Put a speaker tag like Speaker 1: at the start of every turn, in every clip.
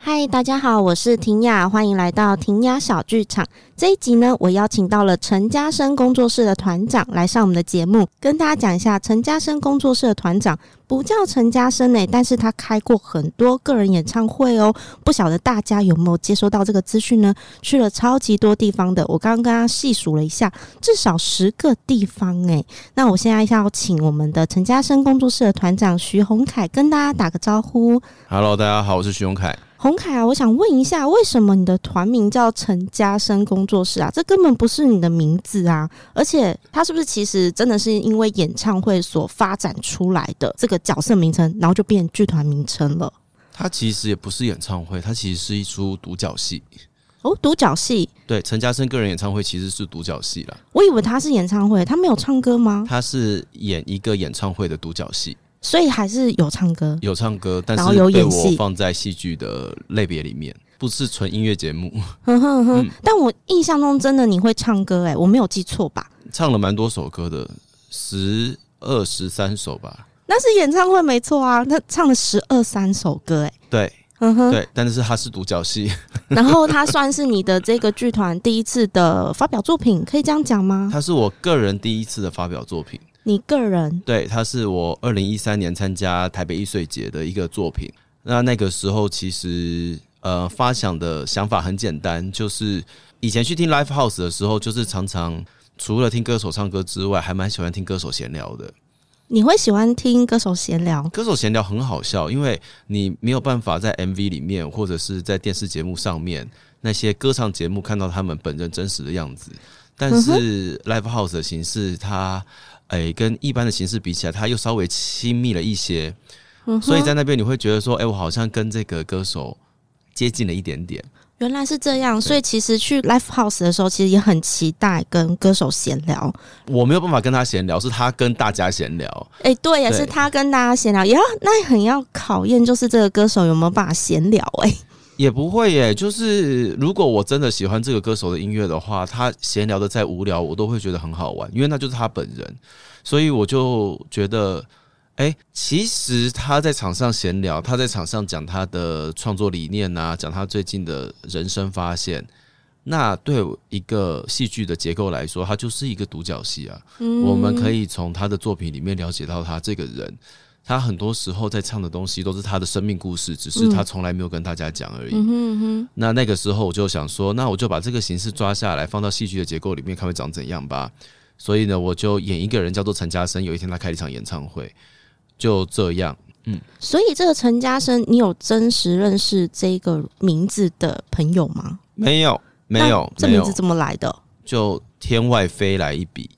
Speaker 1: 嗨，大家好，我是婷雅，欢迎来到婷雅小剧场。这一集呢，我邀请到了陈嘉生工作室的团长来上我们的节目，跟大家讲一下陈嘉生工作室的团长不叫陈嘉生呢、但是他开过很多个人演唱会哦。不晓得大家有没有接收到这个资讯呢？去了超级多地方的，我刚刚跟他细数了一下，至少十个地方诶。那我现在要请我们的陈嘉生工作室的团长徐宏凯跟大家打个招呼。
Speaker 2: Hello，大家好，我是徐永凯。
Speaker 1: 洪凯啊，我想问一下，为什么你的团名叫陈嘉生工作室啊？这根本不是你的名字啊！而且，它是不是其实真的是因为演唱会所发展出来的这个角色名称，然后就变剧团名称了？
Speaker 2: 它其实也不是演唱会，它其实是一出独角戏。
Speaker 1: 哦，独角戏，
Speaker 2: 对，陈嘉生个人演唱会其实是独角戏啦，
Speaker 1: 我以为他是演唱会，他没有唱歌吗？
Speaker 2: 他是演一个演唱会的独角戏，
Speaker 1: 所以还是有唱歌。
Speaker 2: 有唱歌，但
Speaker 1: 然后
Speaker 2: 是
Speaker 1: 有
Speaker 2: 被
Speaker 1: 演戏
Speaker 2: 我放在戏剧的类别里面，不是纯音乐节目。
Speaker 1: 哼哼哼，但我印象中真的你会唱歌、欸，哎，我没有记错吧？
Speaker 2: 唱了蛮多首歌的，十二十三首吧。
Speaker 1: 那是演唱会没错啊，他唱了十二三首歌、欸，哎，
Speaker 2: 对
Speaker 1: 嗯哼。
Speaker 2: 对，但是它是独角戏，
Speaker 1: 然后它算是你的这个剧团第一次的发表作品，可以这样讲吗？
Speaker 2: 它是我个人第一次的发表作品。
Speaker 1: 你个人
Speaker 2: 对，它是我二零一三年参加台北艺穗节的一个作品。那那个时候其实呃发想的想法很简单，就是以前去听 live house 的时候，就是常常除了听歌手唱歌之外，还蛮喜欢听歌手闲聊的。
Speaker 1: 你会喜欢听歌手闲聊，
Speaker 2: 歌手闲聊很好笑，因为你没有办法在 MV 里面或者是在电视节目上面那些歌唱节目看到他们本人真实的样子，但是 live house 的形式它。诶、跟一般的形式比起来，它又稍微亲密了一些，
Speaker 1: 嗯哼
Speaker 2: 所以在那边你会觉得说，诶，哎我好像跟这个歌手接近了一点点。
Speaker 1: 原来是这样，所以其实去 l i f e House 的时候，其实也很期待跟歌手闲聊。
Speaker 2: 我没有办法跟他闲聊，是他跟大家闲聊。
Speaker 1: 哎、对，也
Speaker 2: 对
Speaker 1: 是他跟大家闲聊，也要那很要考验，就是这个歌手有没有办法闲聊、哎，
Speaker 2: 也不会耶，就是如果我真的喜欢这个歌手的音乐的话，他闲聊的再无聊，我都会觉得很好玩，因为那就是他本人，所以我就觉得，哎、其实他在场上闲聊，他在场上讲他的创作理念啊，讲他最近的人生发现，那对一个戏剧的结构来说，它就是一个独角戏啊。
Speaker 1: 嗯
Speaker 2: 我们可以从他的作品里面了解到他这个人。他很多时候在唱的东西都是他的生命故事，只是他从来没有跟大家讲而已。
Speaker 1: 嗯哼嗯哼，
Speaker 2: 那那个时候我就想说，那我就把这个形式抓下来，放到戏剧的结构里面，看会长怎样吧。所以呢，我就演一个人叫做陈嘉生，有一天他开了一场演唱会，
Speaker 1: 嗯
Speaker 2: 就这样。
Speaker 1: 所以这个陈嘉生，你有真实认识这个名字的朋友吗？
Speaker 2: 没有，没
Speaker 1: 那
Speaker 2: 有，
Speaker 1: 这
Speaker 2: 没
Speaker 1: 名
Speaker 2: 有
Speaker 1: 字，怎么来的？
Speaker 2: 就天外飞来一笔。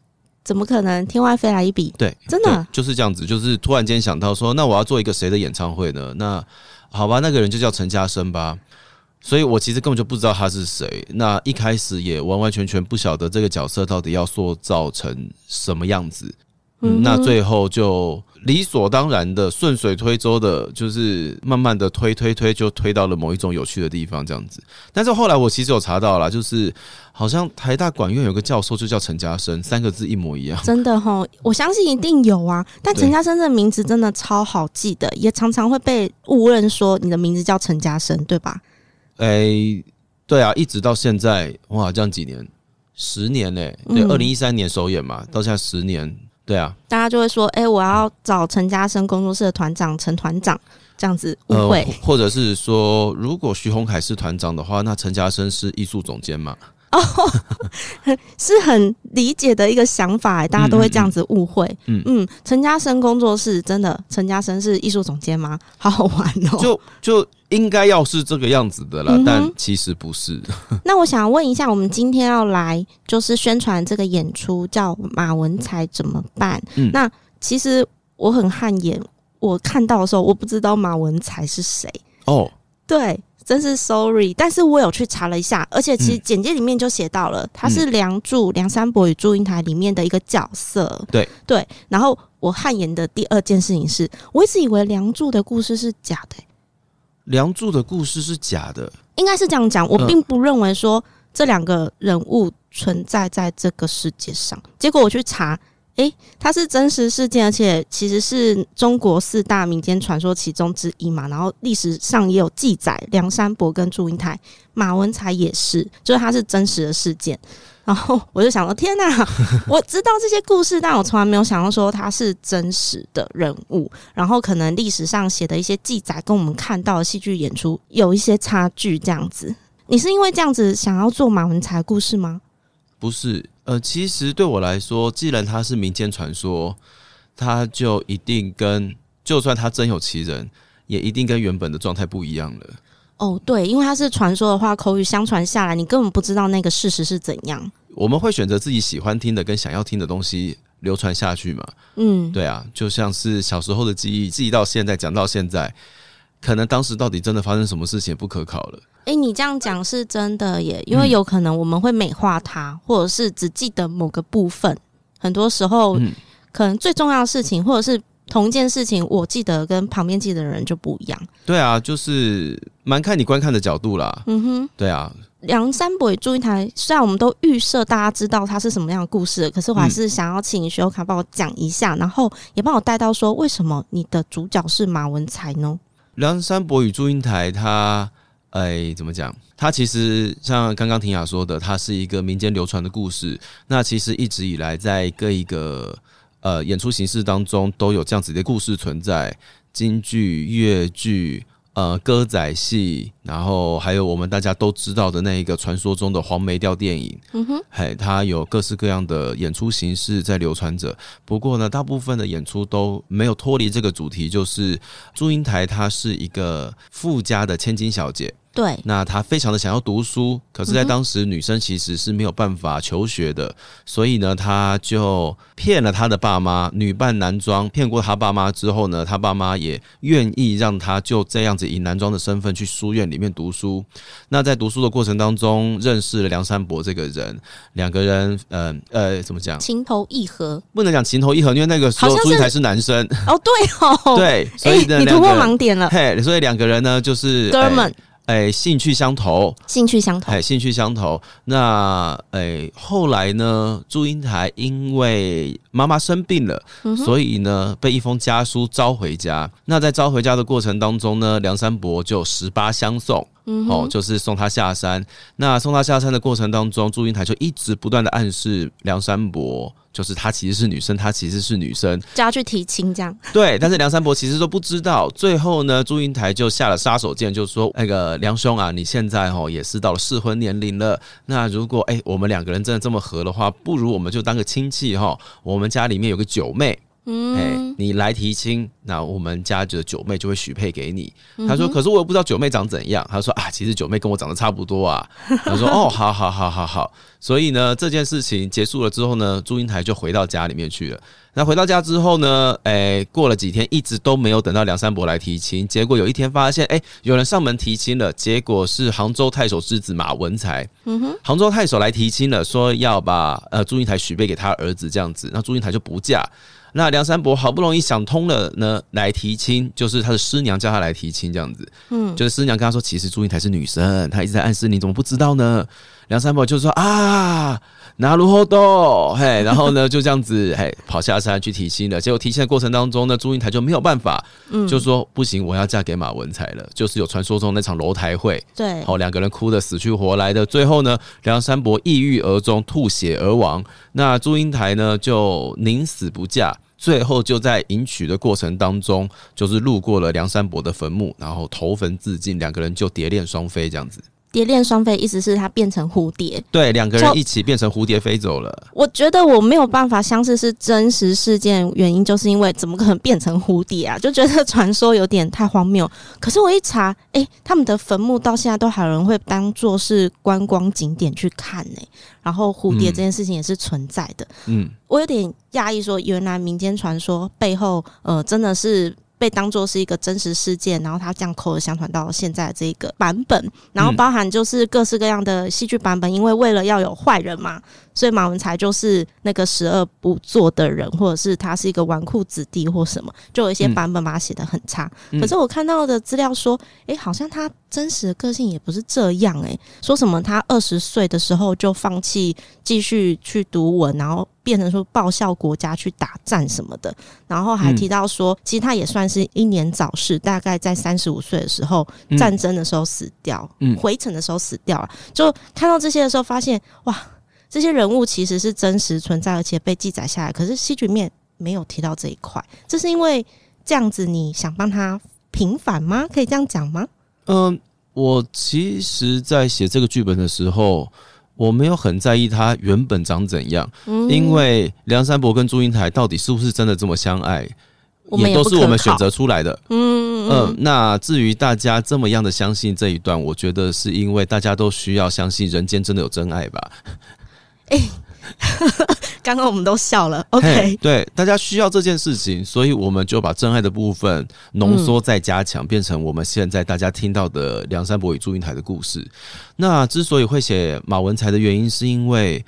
Speaker 1: 怎么可能天外飞来一笔？
Speaker 2: 对，
Speaker 1: 真的
Speaker 2: 对就是这样子，就是突然间想到说，那我要做一个谁的演唱会呢？那好吧，那个人就叫陈嘉生吧。所以我其实根本就不知道他是谁，那一开始也完完全全不晓得这个角色到底要塑造成什么样子。嗯，那
Speaker 1: 嗯哼
Speaker 2: 最后就理所当然的顺水推舟的，就是慢慢的推推推，就推到了某一种有趣的地方这样子。但是后来我其实有查到啦，就是好像台大管院有个教授就叫陈嘉生，三个字一模一样。
Speaker 1: 真的哈，我相信一定有啊。但
Speaker 2: 对
Speaker 1: 陈嘉生这个名字真的超好记的，也常常会被误认说你的名字叫陈嘉生，对吧？
Speaker 2: 哎、对啊，一直到现在，哇，这样几年，十年嘞、对，
Speaker 1: 嗯
Speaker 2: 二零一三年首演嘛，到现在十年，对啊，
Speaker 1: 大家就会说，哎、我要找陈嘉生工作室的团长陈团长，这样子误会。
Speaker 2: 呃或或者是说，如果徐宏凯是团长的话，那陈嘉生是艺术总监嘛？
Speaker 1: 是很理解的一个想法、欸大家都会这样子误会。嗯
Speaker 2: 嗯
Speaker 1: 嗯，陈嘉生工作室真的，陈嘉生是艺术总监吗？好好玩哦、
Speaker 2: 就就应该要是这个样子的啦，
Speaker 1: 嗯哼
Speaker 2: 但其实不是。
Speaker 1: 那我想问一下，我们今天要来就是宣传这个演出，叫马文才怎么办？
Speaker 2: 嗯
Speaker 1: 那其实我很汗颜，我看到的时候我不知道马文才是谁，
Speaker 2: 哦，
Speaker 1: 对，真是 sorry。但是我有去查了一下，而且其实
Speaker 2: 嗯
Speaker 1: 简介里面就写到了，他是《梁祝》梁山伯与祝英台里面的一个角色。
Speaker 2: 对
Speaker 1: 对，然后我汗颜的第二件事情是，我一直以为《梁祝》的故事是假的、欸
Speaker 2: 《梁祝》的故事是假的，
Speaker 1: 应该是这样讲，我
Speaker 2: 嗯
Speaker 1: 并不认为说这两个人物存在在这个世界上。结果我去查，诶，它是真实事件，而且其实是中国四大民间传说其中之一嘛。然后历史上也有记载，梁山伯跟祝英台、马文才也是，就是它是真实的事件。然后我就想说，天哪，我知道这些故事，但我从来没有想到说它是真实的人物。然后可能历史上写的一些记载，跟我们看到的戏剧演出有一些差距，这样子。你是因为这样子想要做马文才故事吗？
Speaker 2: 不是，呃，其实对我来说，既然它是民间传说，它就一定跟，就算它真有其人，也一定跟原本的状态不一样了。
Speaker 1: 哦，对，因为它是传说的话，口语相传下来，你根本不知道那个事实是怎样。
Speaker 2: 我们会选择自己喜欢听的跟想要听的东西流传下去嘛？
Speaker 1: 嗯，
Speaker 2: 对啊，就像是小时候的记忆，记忆到现在，讲到现在，可能当时到底真的发生什么事情也不可考了。
Speaker 1: 诶，你这样讲是真的耶，因为有可能我们会美化它，或者是只记得某个部分。很多时候，
Speaker 2: 嗯
Speaker 1: 可能最重要的事情，或者是同一件事情，我记得跟旁边记得的人就不一样。
Speaker 2: 对啊，就是蛮看你观看的角度啦。
Speaker 1: 嗯哼，
Speaker 2: 对啊，
Speaker 1: 梁山伯与祝英台，虽然我们都预设大家知道它是什么样的故事了，可是我还是想要请学友卡帮我讲一下，然后也帮我带到说为什么你的主角是马文才呢？
Speaker 2: 梁山伯与祝英台，它哎、怎么讲？它其实像刚刚婷雅说的，它是一个民间流传的故事。那其实一直以来在各一个呃演出形式当中都有这样子的故事存在，京剧、越剧。呃，歌仔戏，然后还有我们大家都知道的那一个传说中的黄梅调电影，
Speaker 1: 嗯哼，
Speaker 2: 嘿，它有各式各样的演出形式在流传着。不过呢，大部分的演出都没有脱离这个主题，就是祝英台她是一个富家的千金小姐，
Speaker 1: 对，
Speaker 2: 那她非常的想要读书，可
Speaker 1: 嗯
Speaker 2: 是，在当时女生其实是没有办法求学的，所以呢，她就骗了她的爸妈，女扮男装，骗过她爸妈之后呢，她爸妈也愿意让她就这样子以男装的身份去书院里面读书。那在读书的过程当中，认识了梁山伯这个人，两个人，嗯呃怎么讲？
Speaker 1: 情投意合。
Speaker 2: 不能讲情投意合，因为那个时
Speaker 1: 好
Speaker 2: 候
Speaker 1: 像是
Speaker 2: 朱一台是男生，
Speaker 1: 哦，对哦，，
Speaker 2: 对，所以
Speaker 1: 哎、
Speaker 2: 呢，
Speaker 1: 你
Speaker 2: 两
Speaker 1: 突破
Speaker 2: 个人
Speaker 1: 盲点了，
Speaker 2: 嘿，所以两个人呢，就是
Speaker 1: 哥们，
Speaker 2: 哎、哎兴趣相投，
Speaker 1: 兴趣相投。
Speaker 2: 哎，兴趣相投。那哎、后来呢，祝英台因为妈妈生病了，
Speaker 1: 嗯哼，
Speaker 2: 所以呢，被一封家书召回家。那在召回家的过程当中呢，梁山伯就十八相送，
Speaker 1: 嗯哼
Speaker 2: 哦，就是送他下山。那送他下山的过程当中，祝英台就一直不断的暗示梁山伯，就是她其实是女生，她其实是女生。
Speaker 1: 就要去提亲这样。
Speaker 2: 对，但是梁山伯其实都不知道。最后呢，祝英台就下了杀手锏，就说：“那个梁兄啊，你现在哦也是到了适婚年龄了。那如果哎、我们两个人真的这么合的话，不如我们就当个亲戚哈、我们家里面有个九妹，哎、
Speaker 1: 嗯，
Speaker 2: 你来提亲，那我们家的九妹就会许配给你。
Speaker 1: 嗯
Speaker 2: 他说：“可是我又不知道九妹长怎样。”他说：“啊，其实九妹跟我长得差不多啊。” 他说：“哦，好好好好好。”所以呢，这件事情结束了之后呢，祝英台就回到家里面去了。那回到家之后呢，哎、过了几天一直都没有等到梁山伯来提亲。结果有一天发现，哎、有人上门提亲了，结果是杭州太守之子马文才。
Speaker 1: 嗯哼，
Speaker 2: 杭州太守来提亲了，说要把呃祝英台许配给他儿子这样子，那祝英台就不嫁。那梁山伯好不容易想通了呢，来提亲，就是他的师娘叫他来提亲这样子。
Speaker 1: 嗯，
Speaker 2: 就是师娘跟他说，其实祝英台是女生，他一直在暗示你怎么不知道呢？梁山伯就说啊，拿如后豆，嘿，然后呢就这样子， 嘿，跑下山去提亲了。结果提亲的过程当中呢，祝英台就没有办法，
Speaker 1: 嗯
Speaker 2: 就说不行，我要嫁给马文才了，就是有传说中那场楼台会。
Speaker 1: 对，
Speaker 2: 好，两个人哭得死去活来的，最后呢，梁山伯抑郁而终，吐血而亡。那祝英台呢，就宁死不嫁。最后就在迎娶的过程当中，就是路过了梁山伯的坟墓，然后投坟自尽，两个人就蝶恋双飞这样子。
Speaker 1: 蝶恋双飞意思是它变成蝴蝶。
Speaker 2: 对，两个人
Speaker 1: 就
Speaker 2: 一起变成蝴蝶飞走了。
Speaker 1: 我觉得我没有办法相信是真实事件，原因就是因为怎么可能变成蝴蝶啊？ 就觉得传说有点太荒谬。可是我一查，诶，他们的坟墓到现在都还有人会当做是观光景点去看呢、然后蝴蝶这件事情也是存在的。
Speaker 2: 嗯，
Speaker 1: 我有点讶异，说原来民间传说背后，呃，真的是被当做是一个真实事件，然后它这样口耳相传到现在的这个版本，然后包含就是各式各样的戏剧版本，因为为了要有坏人嘛，所以马文才就是那个十恶不作的人，或者是他是一个纨绔子弟或什么，就有一些
Speaker 2: 嗯
Speaker 1: 版本把它写的很差。
Speaker 2: 嗯
Speaker 1: 可是我看到的资料说，诶，好像他真实的个性也不是这样、诶，说什么他二十岁的时候就放弃继续去读文，然后变成说报效国家去打战什么的。然后还提到说，其实他也算是英年早逝，大概在三十五岁的时候，
Speaker 2: 嗯
Speaker 1: 战争的时候死掉，
Speaker 2: 嗯
Speaker 1: 回城的时候死掉了。就看到这些的时候，发现哇，这些人物其实是真实存在，而且被记载下来。可是戏剧面没有提到这一块，这是因为这样子你想帮他平反吗？可以这样讲吗？
Speaker 2: 嗯，我其实，在写这个剧本的时候，我没有很在意他原本长怎样，
Speaker 1: 嗯
Speaker 2: 因为梁山伯跟祝英台到底是不是真的这么相爱，
Speaker 1: 我们也
Speaker 2: 都
Speaker 1: 不
Speaker 2: 是
Speaker 1: 可
Speaker 2: 我们
Speaker 1: 靠
Speaker 2: 选择出来的。
Speaker 1: 嗯嗯
Speaker 2: 嗯，那至于大家这么样的相信这一段，我觉得是因为大家都需要相信人间真的有真爱吧。
Speaker 1: 刚刚我们都笑了。
Speaker 2: 嘿
Speaker 1: OK，
Speaker 2: 对，大家需要这件事情，所以我们就把真爱的部分浓缩再加强，变成我们现在大家听到的梁山伯与祝英台的故事。那之所以会写马文才的原因，是因为，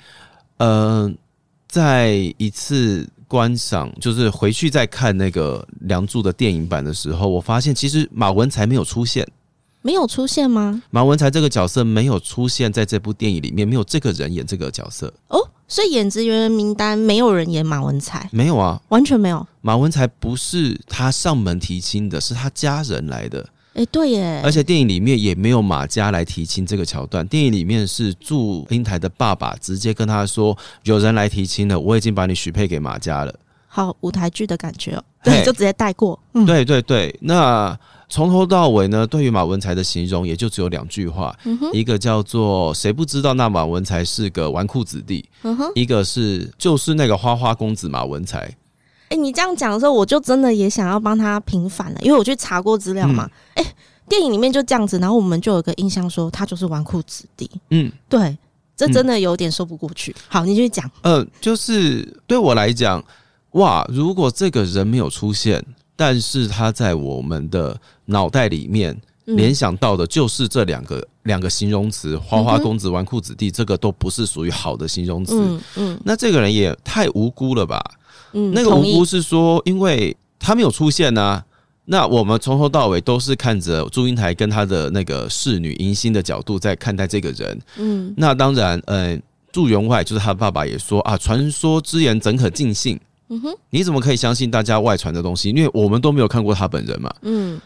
Speaker 2: 呃，在一次观赏，就是回去再看那个《梁祝》的电影版的时候，我发现其实马文才没有出现。
Speaker 1: 没有出现吗？
Speaker 2: 马文才这个角色没有出现在这部电影里面，没有这个人演这个角色，
Speaker 1: 哦，所以演职员名单没有人演马文才，
Speaker 2: 没有啊。
Speaker 1: 完全没有。
Speaker 2: 马文才不是他上门提亲的，是他家人来的，
Speaker 1: 哎、对耶，
Speaker 2: 而且电影里面也没有马家来提亲这个桥段。电影里面是祝英台的爸爸直接跟他说：“有人来提亲了，我已经把你许配给马家了。
Speaker 1: 好舞台剧的感觉哦、
Speaker 2: 嘿
Speaker 1: 对，就直接带过。嗯，
Speaker 2: 对对对，那从头到尾呢，对于马文才的形容也就只有两句话，
Speaker 1: 嗯哼，
Speaker 2: 一个叫做“谁不知道那马文才是个纨绔子弟”，
Speaker 1: 嗯哼。
Speaker 2: 一个是就是那个花花公子马文才。
Speaker 1: 哎、你这样讲的时候，我就真的也想要帮他平反了，因为我去查过资料嘛。哎、
Speaker 2: 嗯
Speaker 1: 电影里面就这样子，然后我们就有一个印象说他就是纨绔子弟，
Speaker 2: 嗯，
Speaker 1: 对，这真的有点说不过去。好，你继续讲。
Speaker 2: 呃，就是对我来讲，哇，如果这个人没有出现，但是他在我们的脑袋里面
Speaker 1: 嗯
Speaker 2: 联想到的就是这两个两个形容词：花花
Speaker 1: 嗯哼
Speaker 2: 公子、纨绔子弟，这个都不是属于好的形容词。
Speaker 1: 嗯嗯
Speaker 2: 那这个人也太无辜了吧？
Speaker 1: 嗯，
Speaker 2: 那个
Speaker 1: 同
Speaker 2: 无
Speaker 1: 意
Speaker 2: 辜是说，因为他没有出现呢、啊那我们从头到尾都是看着祝英台跟他的那个侍女迎新的角度在看待这个人，
Speaker 1: 嗯
Speaker 2: 那当然，呃，祝员外就是他爸爸也说啊，传说之言怎可尽信？
Speaker 1: 嗯哼
Speaker 2: 你怎么可以相信大家外传的东西？因为我们都没有看过他本人嘛。
Speaker 1: 嗯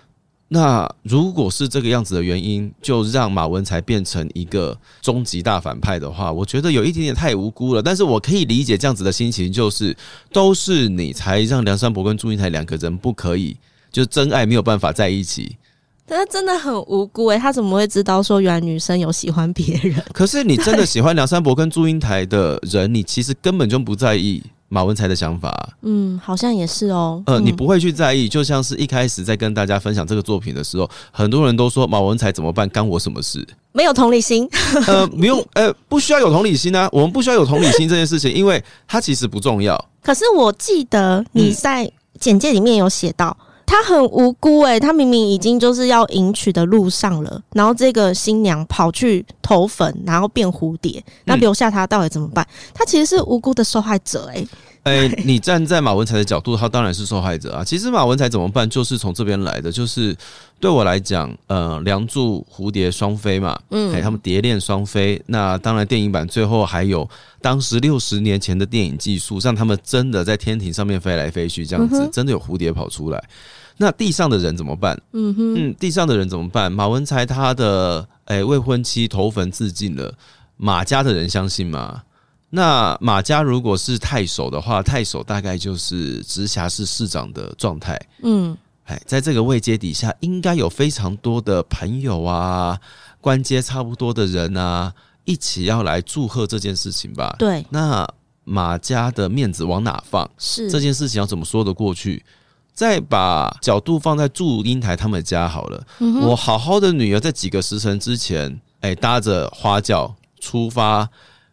Speaker 2: 那如果是这个样子的原因，就让马文才变成一个终极大反派的话，我觉得有一点点太无辜了。但是我可以理解这样子的心情，就是都是你才让梁山伯跟祝英台两个人不可以，就是真爱没有办法在一起。
Speaker 1: 但他真的很无辜诶、他怎么会知道说原来女生有喜欢别人？
Speaker 2: 可是你真的喜欢梁山伯跟祝英台的人，你其实根本就不在意马文才的想法啊、
Speaker 1: 嗯，好像也是哦。
Speaker 2: 呃，
Speaker 1: 嗯
Speaker 2: 你不会去在意，就像是一开始在跟大家分享这个作品的时候，很多人都说马文才怎么办，干我什么事？
Speaker 1: 没有同理心？
Speaker 2: 呃，不用，呃，不需要有同理心啊，我们不需要有同理心这件事情，因为它其实不重要。
Speaker 1: 可是我记得
Speaker 2: 嗯
Speaker 1: 你在简介里面有写到，他很无辜诶、他明明已经就是要迎娶的路上了，然后这个新娘跑去投粉，然后变蝴蝶，那
Speaker 2: 嗯
Speaker 1: 留下他到底怎么办？他其实是无辜的受害者欸诶、
Speaker 2: 哎、你站在马文才的角度，他当然是受害者啊。其实马文才怎么办，就是从这边来的，就是对我来讲，呃，梁祝、蝴蝶双飞嘛，
Speaker 1: 嗯
Speaker 2: 哎，他们蝶恋双飞。那当然，电影版最后还有当时六十年前的电影技术，让他们真的在天庭上面飞来飞去，这样子、
Speaker 1: 嗯哼
Speaker 2: 真的有蝴蝶跑出来。那地上的人怎么办？
Speaker 1: 嗯哼，
Speaker 2: 嗯，地上的人怎么办？马文才他的哎、未婚妻投坟自尽了，马家的人相信吗？那马家如果是太守的话，太守大概就是直辖市市长的状态。
Speaker 1: 嗯
Speaker 2: 哎，在这个位阶底下，应该有非常多的朋友啊，官阶差不多的人啊，一起要来祝贺这件事情吧。
Speaker 1: 对，
Speaker 2: 那马家的面子往哪放？
Speaker 1: 是
Speaker 2: 这件事情要怎么说得过去？再把角度放在祝英台他们家好了，
Speaker 1: 嗯哼
Speaker 2: 我好好的女儿在几个时辰之前，哎，搭着花轿出发，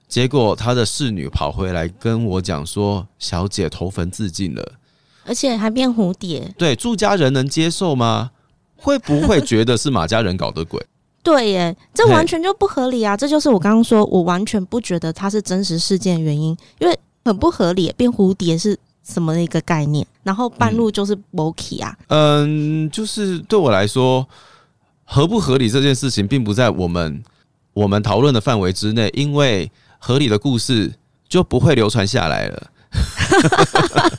Speaker 2: 结果她的侍女跑回来跟我讲说，小姐投坟自尽了。
Speaker 1: 而且还变蝴蝶，
Speaker 2: 对，祝家人能接受吗？会不会觉得是马家人搞的鬼？
Speaker 1: 对耶，这
Speaker 2: 嘿
Speaker 1: 完全就不合理啊！这就是我刚刚说，我完全不觉得它是真实事件的原因，因为很不合理。变蝴蝶是什么的一个概念？然后半路就是 m o k 啊，
Speaker 2: 嗯，就是对我来说，合不合理这件事情，并不在我们我们讨论的范围之内，因为合理的故事就不会流传下 来了。合理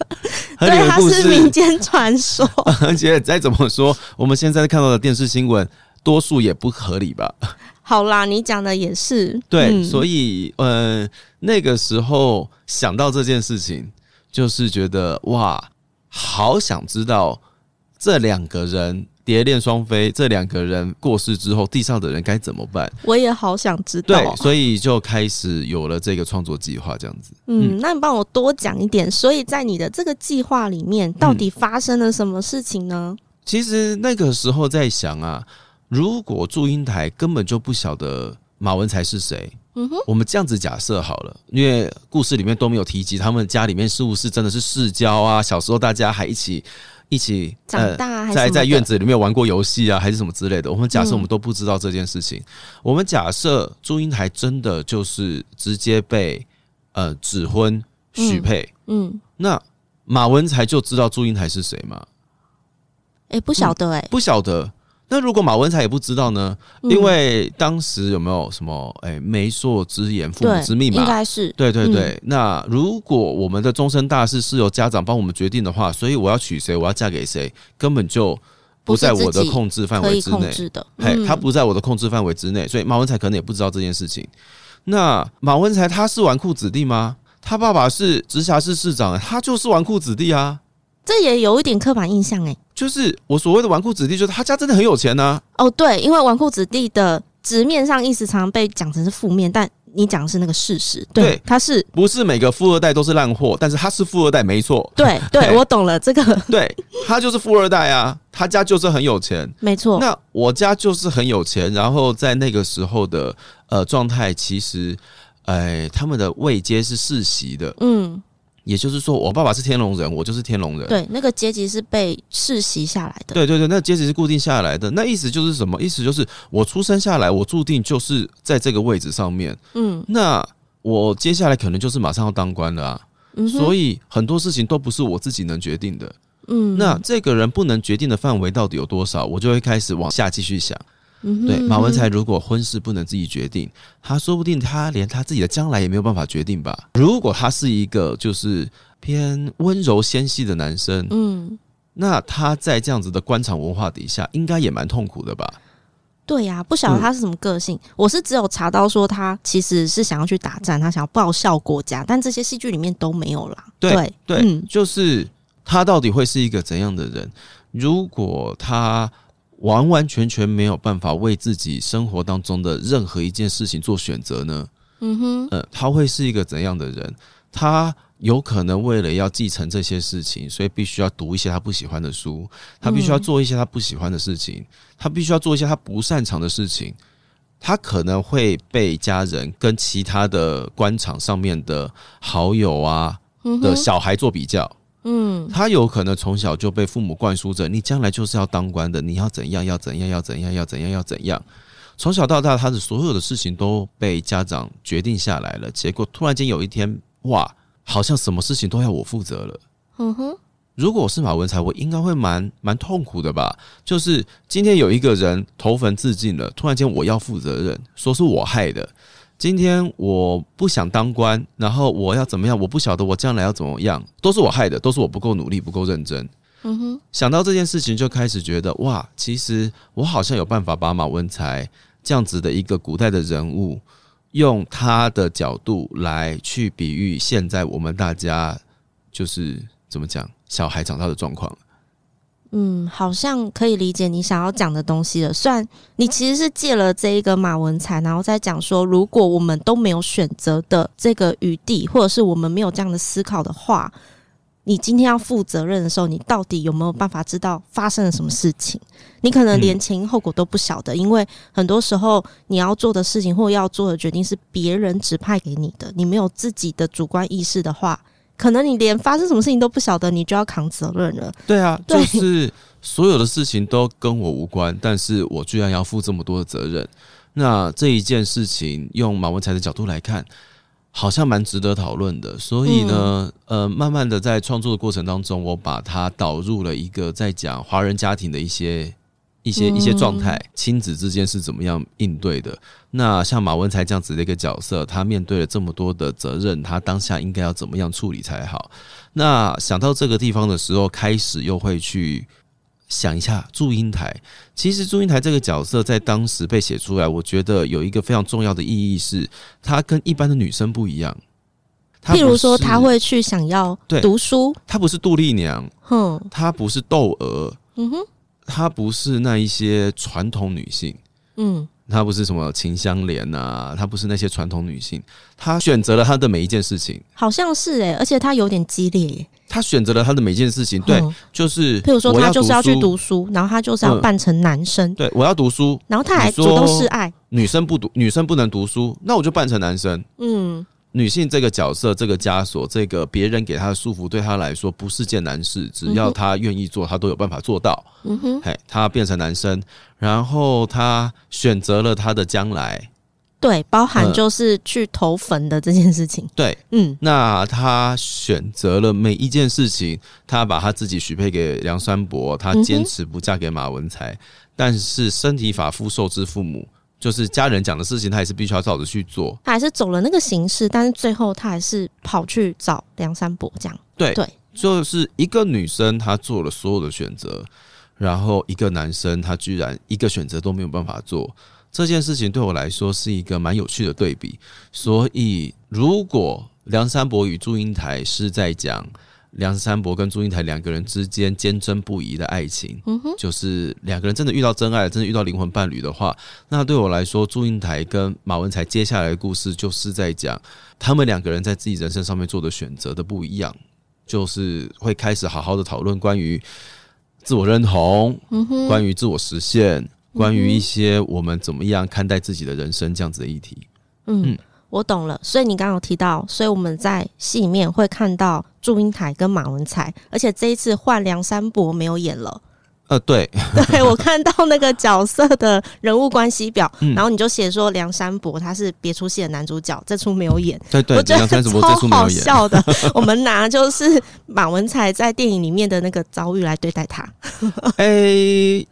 Speaker 1: 对，
Speaker 2: 的
Speaker 1: 它
Speaker 2: 故
Speaker 1: 是民
Speaker 2: 事，
Speaker 1: 间传说。
Speaker 2: 而且再怎么说，我们现在看到的电视新闻，多数也不合理吧？
Speaker 1: 好啦，你讲的也是，嗯
Speaker 2: 对，所
Speaker 1: 以
Speaker 2: 以呃，那个时候想到这件事情，就是觉得哇，好想知道这两个人蝶恋双飞，这两个人过世之后，地上的人该怎么办？
Speaker 1: 我也好想知道。
Speaker 2: 对，所以就开始有了这个创作计划，这样子。
Speaker 1: 嗯，那你帮我多讲一点。所以在你的这个计划里面，到底发生了什么事情呢？
Speaker 2: 其实那个时候在想啊，如果祝英台根本就不晓得马文才是谁，
Speaker 1: 嗯哼，
Speaker 2: 我们这样子假设好了，因为故事里面都没有提及他们家里面是不是真的是世交啊？小时候大家还一起一起呃
Speaker 1: 长大还是
Speaker 2: 在
Speaker 1: 什么
Speaker 2: 在
Speaker 1: 的
Speaker 2: 院子里面玩过游戏啊，还是什么之类的。我们假设
Speaker 1: 嗯
Speaker 2: 我们都不知道这件事情，我们假设祝英台真的就是直接被呃指婚许配，
Speaker 1: 嗯，
Speaker 2: 那马文才就知道祝英台是谁吗？
Speaker 1: 哎、不晓得哎、
Speaker 2: 不晓得。那如果马文才也不知道呢？
Speaker 1: 嗯
Speaker 2: 因为当时有没有什么哎、媒妁之言，父母
Speaker 1: 对，
Speaker 2: 之命嘛？
Speaker 1: 应该是
Speaker 2: 对对
Speaker 1: 嗯
Speaker 2: 对，那如果我们的终身大事是由家长帮我们决定的话，所以我要娶谁，我要嫁给谁，根本就不在我的控制范
Speaker 1: 可
Speaker 2: 围
Speaker 1: 以
Speaker 2: 之
Speaker 1: 控
Speaker 2: 内。
Speaker 1: 制的。
Speaker 2: 嘿，
Speaker 1: 嗯
Speaker 2: 他不在我的控制范围之内，所以马文才可能也不知道这件事情。那马文才他是纨绔子弟吗？他爸爸是直辖市市长，他就是纨绔子弟啊。
Speaker 1: 这也有一点刻板印象哎、
Speaker 2: 就是我所谓的纨绔子弟，就是他家真的很有钱啊呐、
Speaker 1: 哦，对，因为纨绔子弟的直面上意思常常被讲成是负面，但你讲的是那个事实，
Speaker 2: 对
Speaker 1: 他是
Speaker 2: 不是每个富二代都是烂货，但是他是富二代没错，
Speaker 1: 对对，
Speaker 2: 嘿
Speaker 1: 我懂了，这个
Speaker 2: 对他就是富二代啊，他家就是很有钱。
Speaker 1: 没错，
Speaker 2: 那我家就是很有钱，然后在那个时候的呃状态，其实，哎、他们的位阶是世袭的，
Speaker 1: 嗯，
Speaker 2: 也就是说，我爸爸是天龙人，我就是天龙人。
Speaker 1: 对，那个阶级是被世袭下来的，
Speaker 2: 对对对，那阶级是固定下来的。那意思就是什么？意思就是我出生下来，我注定就是在这个位置上面。
Speaker 1: 嗯
Speaker 2: 那我接下来可能就是马上要当官了啊，
Speaker 1: 嗯哼，
Speaker 2: 所
Speaker 1: 以
Speaker 2: 以很多事情都不是我自己能决定的。
Speaker 1: 嗯，
Speaker 2: 那这个人不能决定的范围到底有多少，我就会开始往下继续想。
Speaker 1: 嗯哼
Speaker 2: 对，马文才
Speaker 1: 嗯
Speaker 2: 如果婚事不能自己决定，他说不定他连他自己的将来也没有办法决定吧。如果他是一个就是偏温柔纤细的男生，
Speaker 1: 哼嗯。
Speaker 2: 那他在这样子的官场文化底下，应该也蛮痛苦的吧？
Speaker 1: 对呀、不晓得他是什么个性。我是只有查到说他其实是想要去打仗，他想要报效国家，但这些戏剧里面都没有啦。
Speaker 2: 对
Speaker 1: 对
Speaker 2: 对，
Speaker 1: 嗯
Speaker 2: 就是他到底会是一个怎样的人？如果他完完全全没有办法为自己生活当中的任何一件事情做选择呢？
Speaker 1: 嗯哼，
Speaker 2: 呃，他会是一个怎样的人？他有可能为了要继承这些事情，所以必须要读一些他不喜欢的书，他必须要
Speaker 1: 嗯
Speaker 2: 做一些他不喜欢的事情，他必须要做一些他不擅长的事情。他可能会被家人跟其他的官场上面的好友啊
Speaker 1: 嗯
Speaker 2: 的
Speaker 1: 哼，
Speaker 2: 小孩做比较，
Speaker 1: 嗯
Speaker 2: 他有可能从小就被父母灌输着，你将来就是要当官的，你要怎样，要怎样，要怎样，要怎样，要怎样。从小到大，他的所有的事情都被家长决定下来了。结果突然间有一天，哇，好像什么事情都要我负责了。
Speaker 1: 嗯哼，
Speaker 2: 如果我是马文才，我应该会蛮蛮痛苦的吧？就是今天有一个人投坟自尽了，突然间我要负责任，说是我害的。今天我不想当官，然后我要怎么样？我不晓得我将来要怎么样，都是我害的，都是我不够努力，不够认真。
Speaker 1: 嗯哼，
Speaker 2: 想到这件事情，就开始觉得哇，其实我好像有办法把马文才这样子的一个古代的人物，用他的角度来去比喻现在我们大家就是怎么讲小孩长大的状况。
Speaker 1: 嗯，好像可以理解你想要讲的东西了。虽然你其实是借了这一个马文才，然后再讲说，如果我们都没有选择的这个余地，或者是我们没有这样的思考的话，你今天要负责任的时候，你到底有没有办法知道发生了什么事情？你可能连前因后果都不晓得，因为很多时候你要做的事情或要做的决定是别人指派给你的，你没有自己的主观意识的话。可能你连发生什么事情都不晓得，你就要扛责任了。
Speaker 2: 对啊，就
Speaker 1: 对
Speaker 2: 是所有的事情都跟我无关，但是我居然要负这么多的责任。那这一件事情，用马文才的角度来看，好像蛮值得讨论的。所以呢，呃，慢慢的在创作的过程当中，我把它导入了一个在讲华人家庭的一些一些一些状态，亲子之间是怎么样应对的。那像马文才这样子的一个角色，他面对了这么多的责任，他当下应该要怎么样处理才好？那想到这个地方的时候，开始又会去想一下祝英台。其实祝英台这个角色在当时被写出来，我觉得有一个非常重要的意义是，她跟一般的女生不一样。她
Speaker 1: 譬如
Speaker 2: 不
Speaker 1: 说，
Speaker 2: 是
Speaker 1: 他，会去想要
Speaker 2: 对
Speaker 1: 读书，
Speaker 2: 她不是杜丽娘，
Speaker 1: 哼，
Speaker 2: 她不是窦娥，
Speaker 1: 嗯哼，
Speaker 2: 她不是那一些传统女性。
Speaker 1: 嗯，
Speaker 2: 她不是什么秦香莲啊，她不是那些传统女性，她选择了她的每一件事情，
Speaker 1: 好像是哎、而且他有点激烈耶，
Speaker 2: 她选择了她的每一件事情，对，
Speaker 1: 哼
Speaker 2: 就是
Speaker 1: 嗯譬如说，
Speaker 2: 我
Speaker 1: 他就是要去
Speaker 2: 书，
Speaker 1: 读书，然后他就是要
Speaker 2: 嗯
Speaker 1: 扮成男生，
Speaker 2: 对我要读书，
Speaker 1: 然后他还
Speaker 2: 你
Speaker 1: 主
Speaker 2: 说
Speaker 1: 动示爱，
Speaker 2: 女生不读，女生不能读书，那我就扮成男生。
Speaker 1: 嗯
Speaker 2: 女性这个角色，这个枷锁，这个别人给她的束缚，对她来说不是件难事，只要她愿意做，她都有办法做到。
Speaker 1: 嗯哼，
Speaker 2: 嘿，她变成男生，然后她选择了她的将来，
Speaker 1: 对，包含
Speaker 2: 嗯
Speaker 1: 就是去投坟的这件事情，
Speaker 2: 对，
Speaker 1: 嗯
Speaker 2: 那他选择了每一件事情，他把他自己许配给梁山伯，他
Speaker 1: 嗯哼
Speaker 2: 坚持不嫁给马文才，但是身体发肤受之父母，就是家人讲的事情，他也是必须要照着去做。
Speaker 1: 他还是走了那个形式，但是最后他还是跑去找梁山伯这样。
Speaker 2: 对，
Speaker 1: 对
Speaker 2: 就是一个女生她做了所有的选择，然后一个男生他居然一个选择都没有办法做，这件事情对我来说是一个蛮有趣的对比。所以，如果梁山伯与祝英台是在讲梁山伯跟祝英台两个人之间坚贞不移的爱情，
Speaker 1: 嗯哼，
Speaker 2: 就是两个人真的遇到真爱，真的遇到灵魂伴侣的话，那对我来说，祝英台跟马文才接下来的故事就是在讲他们两个人在自己人生上面做的选择的不一样，就是会开始好好的讨论关于自我认同、
Speaker 1: 嗯哼，嗯
Speaker 2: 关于自我实现、关于一些我们怎么样看待自己的人生这样子的议题。
Speaker 1: 嗯，
Speaker 2: 嗯
Speaker 1: 我懂了。所以你刚刚有提到，所以我们在戏里面会看到祝英台跟马文才，而且这一次换梁山伯没有演了。
Speaker 2: 呃，对，
Speaker 1: 对我看到那个角色的人物关系表，
Speaker 2: 嗯
Speaker 1: 然后你就写说梁山伯他是别出戏的男主角，这出没有演。
Speaker 2: 对对，
Speaker 1: 我觉得
Speaker 2: 梁山伯这出
Speaker 1: 超
Speaker 2: 没有
Speaker 1: 好
Speaker 2: 演，
Speaker 1: 笑的。我们拿就是马文才在电影里面的那个遭遇来对待他，
Speaker 2: 哎、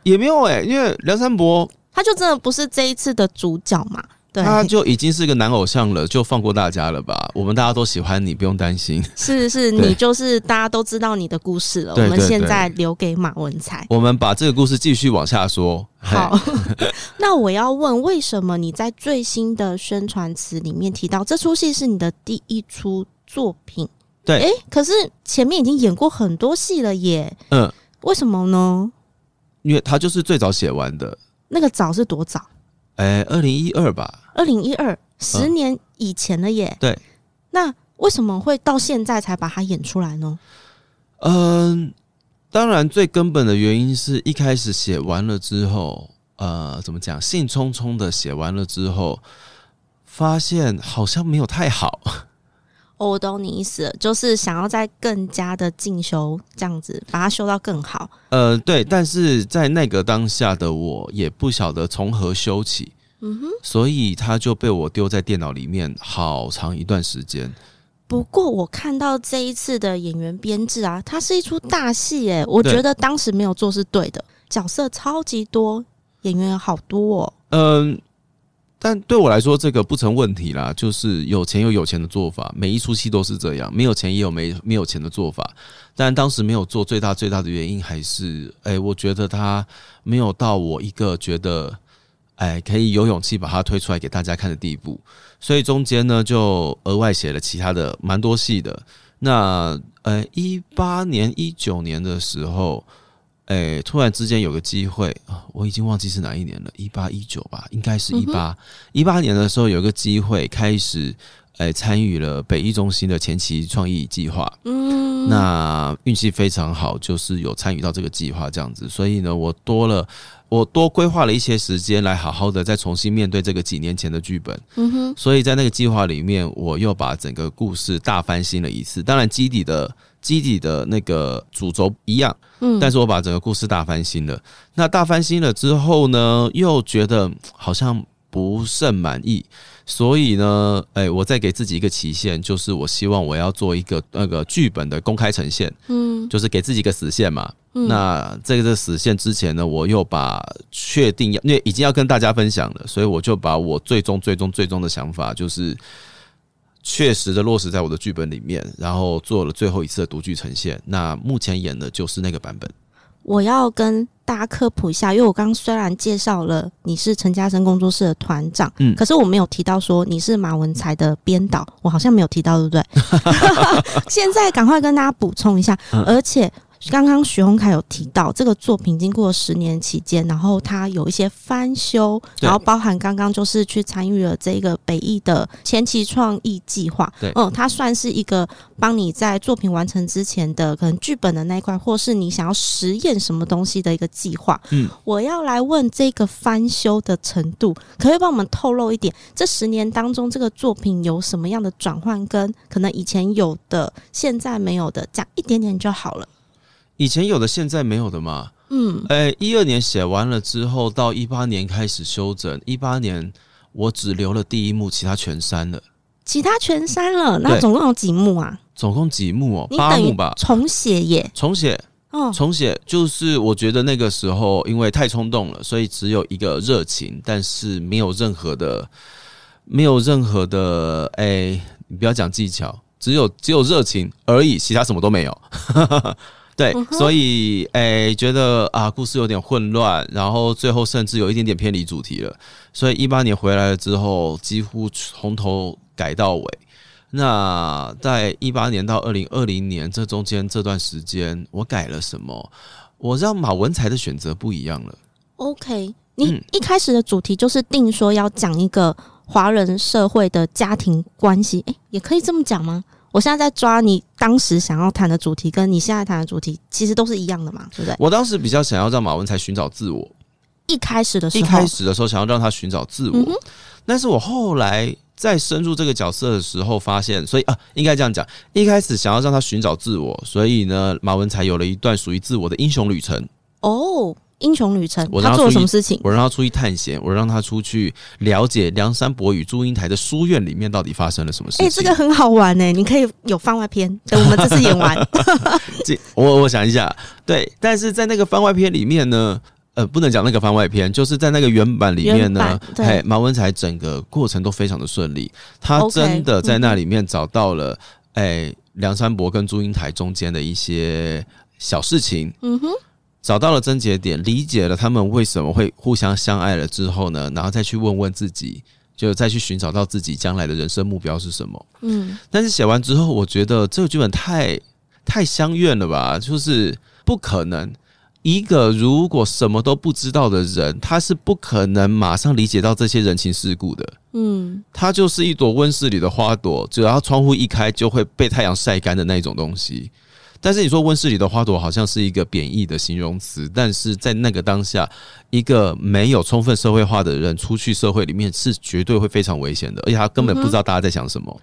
Speaker 2: 也没有哎、因为梁山伯
Speaker 1: 他就真的不是这一次的主角嘛？对，
Speaker 2: 他就已经是个男偶像了，就放过大家了吧，我们大家都喜欢你，不用 担心。
Speaker 1: 是是，
Speaker 2: 对
Speaker 1: 你就是大家都知道你的故事了。我
Speaker 2: 对
Speaker 1: 们
Speaker 2: 对
Speaker 1: 现
Speaker 2: 对
Speaker 1: 在留给马文才。
Speaker 2: 我们把这个故事继续往下说。嘿
Speaker 1: 好， 那我要问，为什么你在最新的宣传词里面提到这出戏是你的第一出作品？
Speaker 2: 对
Speaker 1: 诶，可是前面已经演过很多戏了耶，
Speaker 2: 嗯，
Speaker 1: 为什么呢？
Speaker 2: 因为他就是最早写完的，
Speaker 1: 那个早是多早？
Speaker 2: 哎、2二零一二吧，
Speaker 1: 二零一二，十年以前了耶。
Speaker 2: 嗯对，
Speaker 1: 那为什么会到现在才把它演出来呢？
Speaker 2: 嗯，当然最根本的原因是一开始写完了之后，呃，怎么讲，兴冲冲的写完了之后，发现好像没有太好，
Speaker 1: 哦，我懂你意思了，就是想要再更加的进修，这样子把它修到更好。
Speaker 2: 呃，对，但是在那个当下的我也不晓得从何修起，
Speaker 1: 嗯哼。
Speaker 2: 所以他就被我丢在电脑里面好长一段时间。
Speaker 1: 不过我看到这一次的演员编制啊，它是一出大戏耶，我
Speaker 2: 对
Speaker 1: 觉得当时没有做是对的，角色超级多，演员好多哦。
Speaker 2: 嗯，但对我来说，这个不成问题啦。就是有钱有有钱的做法，每一出戏都是这样，没有钱也有没没有钱的做法。但当时没有做，最大最大的原因还是，哎、我觉得他没有到我一个觉得，哎、可以有勇气把它推出来给大家看的地步。所以中间呢，就额外写了其他的蛮多戏的。那呃，一八年、一九年的时候，哎、突然之间有个机会啊，我已经忘记是哪一年了，一八一九吧，应该是一八一八年的时候有个机会开始，哎、参与了北艺中心的前期创意计划。
Speaker 1: 嗯，
Speaker 2: 那运气非常好，就是有参与到这个计划这样子，所以呢，我多了，我多规划了一些时间来好好的再重新面对这个几年前的剧本。
Speaker 1: 嗯哼，
Speaker 2: 所以在那个计划里面，我又把整个故事大翻新了一次。当然，基底的基底的那个主轴一样，
Speaker 1: 嗯，
Speaker 2: 但是我把整个故事大翻新了。那大翻新了之后呢，又觉得嗯好像不甚满意，所以呢，哎、我再给自己一个期限，就是我希望我要做一个那个剧本的公开呈现，
Speaker 1: 嗯
Speaker 2: 就是给自己一个死线嘛。
Speaker 1: 嗯
Speaker 2: 那在这个死线之前呢，我又把确定要，因为已经要跟大家分享了，所以我就把我最终、最终、最终的想法，就是确实的落实在我的剧本里面，然后做了最后一次的独剧呈现。那目前演的就是那个版本。
Speaker 1: 我要跟大家科普一下，因为我刚刚虽然介绍了你是陈嘉生工作室的团长，
Speaker 2: 嗯
Speaker 1: 可是我没有提到说你是马文才的编导，我好像没有提到，对不 对？现在赶快跟大家补充一下，
Speaker 2: 嗯
Speaker 1: 而且。刚刚徐宏凯有提到，这个作品经过十年期间，然后他有一些翻修，
Speaker 2: 对
Speaker 1: 然后包含刚刚就是去参与了这个北艺的前期创意计划，
Speaker 2: 对
Speaker 1: 嗯，它算是一个帮你在作品完成之前的可能剧本的那一块，或是你想要实验什么东西的一个计划。
Speaker 2: 嗯，
Speaker 1: 我要来问这个翻修的程度，可不可以帮我们透露一点？这十年当中，这个作品有什么样的转换，跟可能以前有的、现在没有的，讲一点点就好了。
Speaker 2: 以前有的，现在没有的嘛。
Speaker 1: 嗯
Speaker 2: 哎、一二年写完了之后，到一八年开始修整。一八年我只留了第一幕，其他全删了。
Speaker 1: 其他全删了，那
Speaker 2: 对
Speaker 1: 总共有几幕啊？
Speaker 2: 总共几幕哦、
Speaker 1: 你
Speaker 2: 八
Speaker 1: 等
Speaker 2: 幕
Speaker 1: 于
Speaker 2: 吧。
Speaker 1: 重写耶？
Speaker 2: 重写，
Speaker 1: 哦，
Speaker 2: 重写就是我觉得那个时候因为太冲动了，所以只有一个热情，但是没有任何的，没有任何的，哎、你不要讲技巧，只有只有热情而已，其他什么都没有。 对
Speaker 1: 嗯，哼
Speaker 2: 所以哎、觉得啊，故事有点混乱，然后最后甚至有一点点偏离主题了。所以一八年回来了之后，几乎从头改到尾。那在一八年到二零二零年这中间这段时间，我改了什么？我让马文才的选择不一样了。
Speaker 1: OK，你
Speaker 2: 嗯
Speaker 1: 一开始的主题就是定说要讲一个华人社会的家庭关系，诶、也可以这么讲吗？我现在在抓你当时想要谈的主题，跟你现在谈的主题其实都是一样的嘛，对不对？
Speaker 2: 我当时比较想要让马文才寻找自我，
Speaker 1: 一开始的时
Speaker 2: 一
Speaker 1: 候，
Speaker 2: 开始的时候想要让他寻找自我，
Speaker 1: 嗯哼
Speaker 2: 但是我后来在深入这个角色的时候，发现，所以啊，应该这样讲，一开始想要让他寻找自我，所以呢，马文才有了一段属于自我的英雄旅程。
Speaker 1: 哦，英雄旅程，
Speaker 2: 我
Speaker 1: 他
Speaker 2: 拿
Speaker 1: 做了
Speaker 2: 出
Speaker 1: 什
Speaker 2: 一
Speaker 1: 么事情？
Speaker 2: 我让他出去探险，我让他出去了解梁山伯与祝英台的书院里面到底发生了什么事情。
Speaker 1: 诶、这个很好玩呢、你可以有番外 篇，等我们这次演完。
Speaker 2: 这我我想一下，对，但是在那个番外篇里面呢，呃，不能讲那个番外篇，就是在那个原版里面
Speaker 1: 原
Speaker 2: 呢
Speaker 1: 版，对
Speaker 2: 嘿，马文才整个过程都非常的顺利，他
Speaker 1: OK，
Speaker 2: 真的在
Speaker 1: 嗯
Speaker 2: 那里面找到了，哎、梁山伯跟祝英台中间的一些小事情，
Speaker 1: 嗯哼，
Speaker 2: 找到了症结点，理解了他们为什么会互相相爱了之后呢，然后再去问问自己，就再去寻找到自己将来的人生目标是什么。
Speaker 1: 嗯，
Speaker 2: 但是写完之后，我觉得这个剧本太太相怨了吧，就是不可能。一个如果什么都不知道的人，他是不可能马上理解到这些人情世故的。
Speaker 1: 嗯，
Speaker 2: 它就是一朵温室里的花朵，只要窗户一开就会被太阳晒干的那种东西。但是你说温室里的花朵好像是一个贬义的形容词，但是在那个当下，一个没有充分社会化的人出去社会里面是绝对会非常危险的，而且他根本不知道大家在想什么。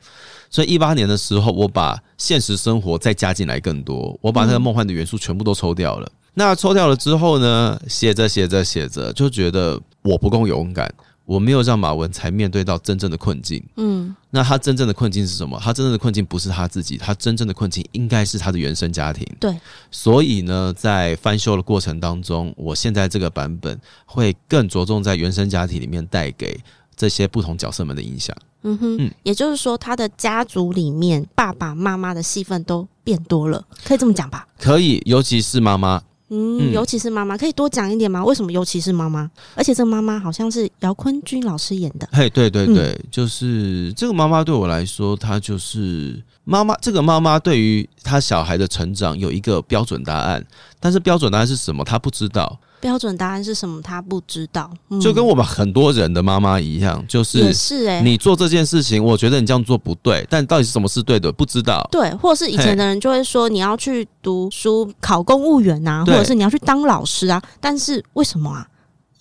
Speaker 2: 所以一八年的时候，我把现实生活再加进来更多，我把那个梦幻的元素全部都抽掉了。那抽掉了之后呢，写着写着写着就觉得我不够勇敢，我没有让马文才面对到真正的困境。
Speaker 1: 嗯，
Speaker 2: 那他真正的困境是什么？他真正的困境不是他自己，他真正的困境应该是他的原生家庭。
Speaker 1: 对，
Speaker 2: 所以呢，在翻修的过程当中，我现在这个版本会更着重在原生家庭里面带给这些不同角色们的影响。
Speaker 1: 嗯哼，
Speaker 2: 嗯
Speaker 1: 也就是说，他的家族里面爸爸妈妈的戏份都变多了，可以这么讲吧？
Speaker 2: 可以，尤其是妈妈，
Speaker 1: 嗯，
Speaker 2: 嗯
Speaker 1: 尤其是妈妈，可以多讲一点吗？为什么尤其是妈妈？而且这个妈妈好像是姚坤君老师演的。
Speaker 2: 嘿，对对对，就是这个妈妈对我来说，她就是妈妈。这个妈妈对于她小孩的成长有一个标准答案，但是标准答案是什么，她不知道。
Speaker 1: 标准答案是什么？他不知道，嗯、
Speaker 2: 就跟我们很多人的妈妈一样，就
Speaker 1: 也
Speaker 2: 是
Speaker 1: 是哎、
Speaker 2: 你做这件事情，我觉得你这样做不对，但到底是什么是对的，不知道。
Speaker 1: 对，或者是以前的人就会说你要去读书考公务员啊，或
Speaker 2: 对
Speaker 1: 者是你要去当老师啊，但是为什么啊？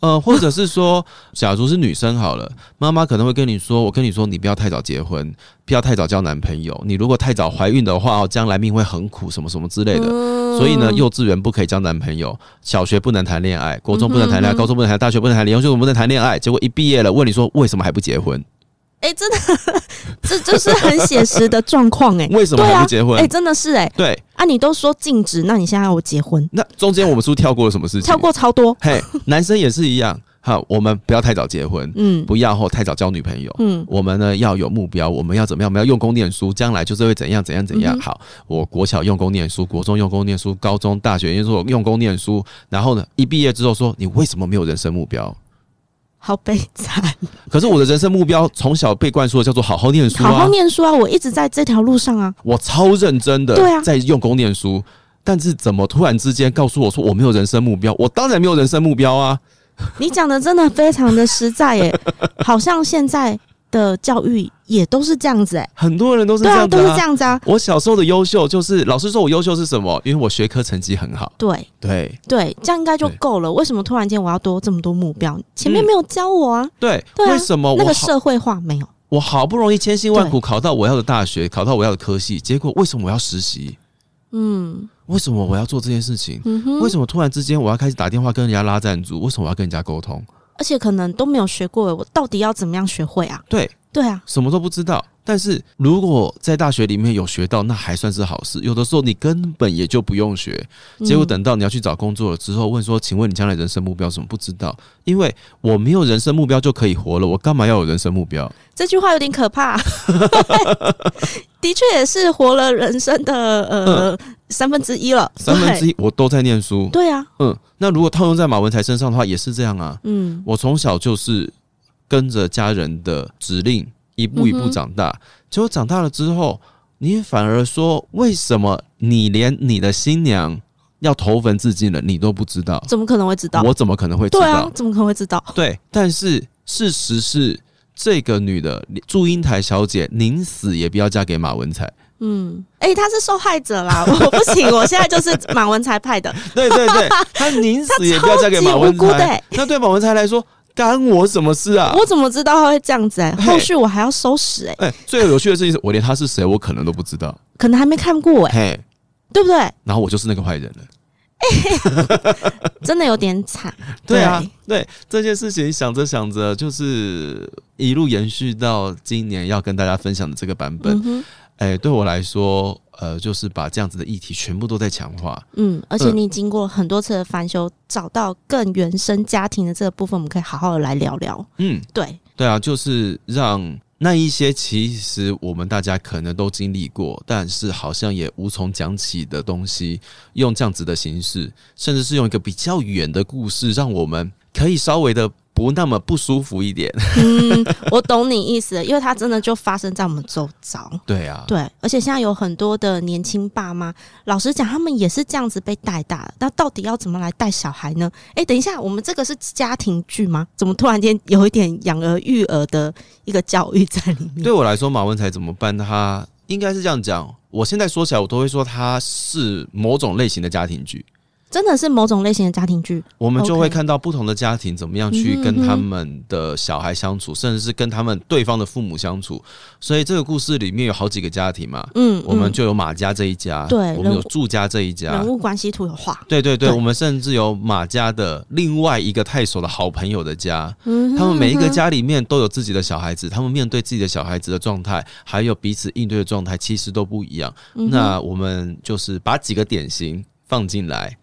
Speaker 2: 呃，或者是说， 假如是女生好了，妈妈可能会跟你说：“我跟你说，你不要太早结婚，不要太早交男朋友。你如果太早怀孕的话，哦将来命会很苦，什么什么之类的。
Speaker 1: 嗯
Speaker 2: 所以呢，幼稚园不可以交男朋友，小学不能谈恋爱，国中不能谈恋爱，高中不能谈，大学不能谈，研究所不能谈恋爱。结果一毕业了，问你说为什么还不结婚？
Speaker 1: 哎、真的， 这就是很写实的状况 哎。
Speaker 2: 为什么
Speaker 1: 对
Speaker 2: 还
Speaker 1: 啊
Speaker 2: 不结婚？
Speaker 1: 哎、真的是哎、
Speaker 2: 对，
Speaker 1: 啊，你都说禁止，那你现在要我结婚，
Speaker 2: 那中间我们是不是跳过了什么事情？
Speaker 1: 跳过超多，
Speaker 2: 嘿，男生也是一样。好，我们不要太早结婚，
Speaker 1: 嗯
Speaker 2: 不要后太早交女朋友。
Speaker 1: 嗯
Speaker 2: 我们呢要有目标，我们要怎么样？我们要用功念书，将来就是会怎样怎样怎样。
Speaker 1: 嗯哼
Speaker 2: 好，我国小用功念书，国中用功念书，高中、大学研究所用功念书。然后呢，一毕业之后说你为什么没有人生目标？
Speaker 1: 好悲惨。
Speaker 2: 可是我的人生目标从小被灌输的叫做好好念书啊，
Speaker 1: 好好念书啊，我一直在这条路上 啊。
Speaker 2: 我超认真的
Speaker 1: 对啊
Speaker 2: 在用功念书。但是怎么突然之间告诉我说我没有人生目标？我当然没有人生目标啊！
Speaker 1: 你讲的真的非常的实在耶、好像现在的教育也都是这样子哎、
Speaker 2: 很多人都是这
Speaker 1: 对啊，
Speaker 2: 样的、
Speaker 1: 都是这样子啊。
Speaker 2: 我小时候的优秀就是，老师说我优秀是什么？因为我学科成绩很好。
Speaker 1: 对
Speaker 2: 对
Speaker 1: 对，这样应该就
Speaker 2: 对
Speaker 1: 够了。为什么突然间我要多这么多目标？前面
Speaker 2: 嗯
Speaker 1: 没有教我啊，
Speaker 2: 对，
Speaker 1: 对啊
Speaker 2: 为什么
Speaker 1: 那
Speaker 2: 我
Speaker 1: 个
Speaker 2: 好
Speaker 1: 社会化没有。
Speaker 2: 我好不容易千辛万苦考到我要的大学，考到我要的科系，结果为什么我要实习？
Speaker 1: 嗯
Speaker 2: 为什么我要做这件事情？
Speaker 1: 嗯哼，
Speaker 2: 为什么突然之间我要开始打电话跟人家拉赞助？为什么我要跟人家沟通？
Speaker 1: 而且可能都没有学过耶，我到底要怎么样学会啊？
Speaker 2: 对，
Speaker 1: 对啊，
Speaker 2: 什么都不知道。但是如果在大学里面有学到，那还算是好事。有的时候你根本也就不用学，结果
Speaker 1: 嗯
Speaker 2: 等到你要去找工作了之后，问说：“请问你将来人生目标是什么？”不知道，因为我没有人生目标就可以活了，我干嘛要有人生目标？
Speaker 1: 这句话有点可 怕。的确也是活了人生的呃、三分之一了，
Speaker 2: 嗯三分之
Speaker 1: 一。
Speaker 2: 一我都在念书，
Speaker 1: 对啊，
Speaker 2: 嗯，那如果套用在马文才身上的话，也是这样啊。
Speaker 1: 嗯
Speaker 2: 我从小就是跟着家人的指令一步一
Speaker 1: 嗯
Speaker 2: 步
Speaker 1: 哼
Speaker 2: 长大，结果长大了之后，你反而说：“为什么你连你的新娘要投坟自尽了，你都不知道？”
Speaker 1: 怎么可能会知道？
Speaker 2: 我怎么可能会知
Speaker 1: 对
Speaker 2: 道
Speaker 1: 啊？，怎么可能会知道？
Speaker 2: 对，但是事实是，这个女的祝英台小姐宁死也不要嫁给马 文才。
Speaker 1: 嗯，哎、他是受害者啦， 我不行，我现在就是马文才派 的，
Speaker 2: 对对对，她宁死也不要嫁给马文
Speaker 1: 她超级无辜的
Speaker 2: 才
Speaker 1: 欸
Speaker 2: 那对马文才来说，干我什么事啊？
Speaker 1: 我怎么知道他会这样子、哎，
Speaker 2: 嘿
Speaker 1: 后续我还要收拾、哎，
Speaker 2: 哎、最有趣的事情是我连她是谁，我可能都不知道。
Speaker 1: 可能还没看过、哎，
Speaker 2: 嘿，
Speaker 1: 对不对？
Speaker 2: 然后我就是那个坏人了。
Speaker 1: 真的有点惨。
Speaker 2: 对啊，对这件事情想着想着，就是一路延续到今年要跟大家分享的这个版本
Speaker 1: 嗯。哼，
Speaker 2: 哎、对我来说，呃，就是把这样子的议题全部都在强化。
Speaker 1: 嗯，而且
Speaker 2: 嗯
Speaker 1: 你经过很多次的翻修，找到更原生家庭的这个部分，我们可以好好的来聊聊。
Speaker 2: 嗯，
Speaker 1: 对，
Speaker 2: 对啊，就是让那一些其实我们大家可能都经历过，但是好像也无从讲起的东西，用这样子的形式，甚至是用一个比较远的故事，让我们可以稍微的不那么不舒服一点。
Speaker 1: 嗯，我懂你意思，因为它真的就发生在我们周遭。
Speaker 2: 对啊，
Speaker 1: 对，而且现在有很多的年轻爸妈，老实讲，他们也是这样子被带大的。那到底要怎么来带小孩呢？诶，等一下，我们这个是家庭剧吗？怎么突然间有一点养儿育儿的一个教育在里面？
Speaker 2: 对我来说，马文才怎么办？他应该是这样讲。我现在说起来，我都会说他是某种类型的家庭剧。
Speaker 1: 真的是某种类型的家庭剧。
Speaker 2: 我们就会
Speaker 1: OK
Speaker 2: 看到不同的家庭怎么样去
Speaker 1: 嗯哼
Speaker 2: 跟他
Speaker 1: 嗯哼
Speaker 2: 们的小孩相处，甚至是跟他们对方的父母相处。所以这个故事里面有好几个家庭嘛，
Speaker 1: 嗯，
Speaker 2: 我们
Speaker 1: 嗯
Speaker 2: 就有马家这一家，
Speaker 1: 对人
Speaker 2: 我们
Speaker 1: 物
Speaker 2: 有祝家这一家
Speaker 1: 人，物关系图有画。
Speaker 2: 对对对，
Speaker 1: 对
Speaker 2: 我们甚至有马家的另外一个太守的好朋友的家。
Speaker 1: 嗯哼，
Speaker 2: 他们每一个
Speaker 1: 嗯哼，
Speaker 2: 家里面都有自己的小孩子，他们面对自己的小孩子的状态，还有彼此应对的状态，其实都不一样。
Speaker 1: 嗯哼
Speaker 2: 那我们就是把几个典型放进来，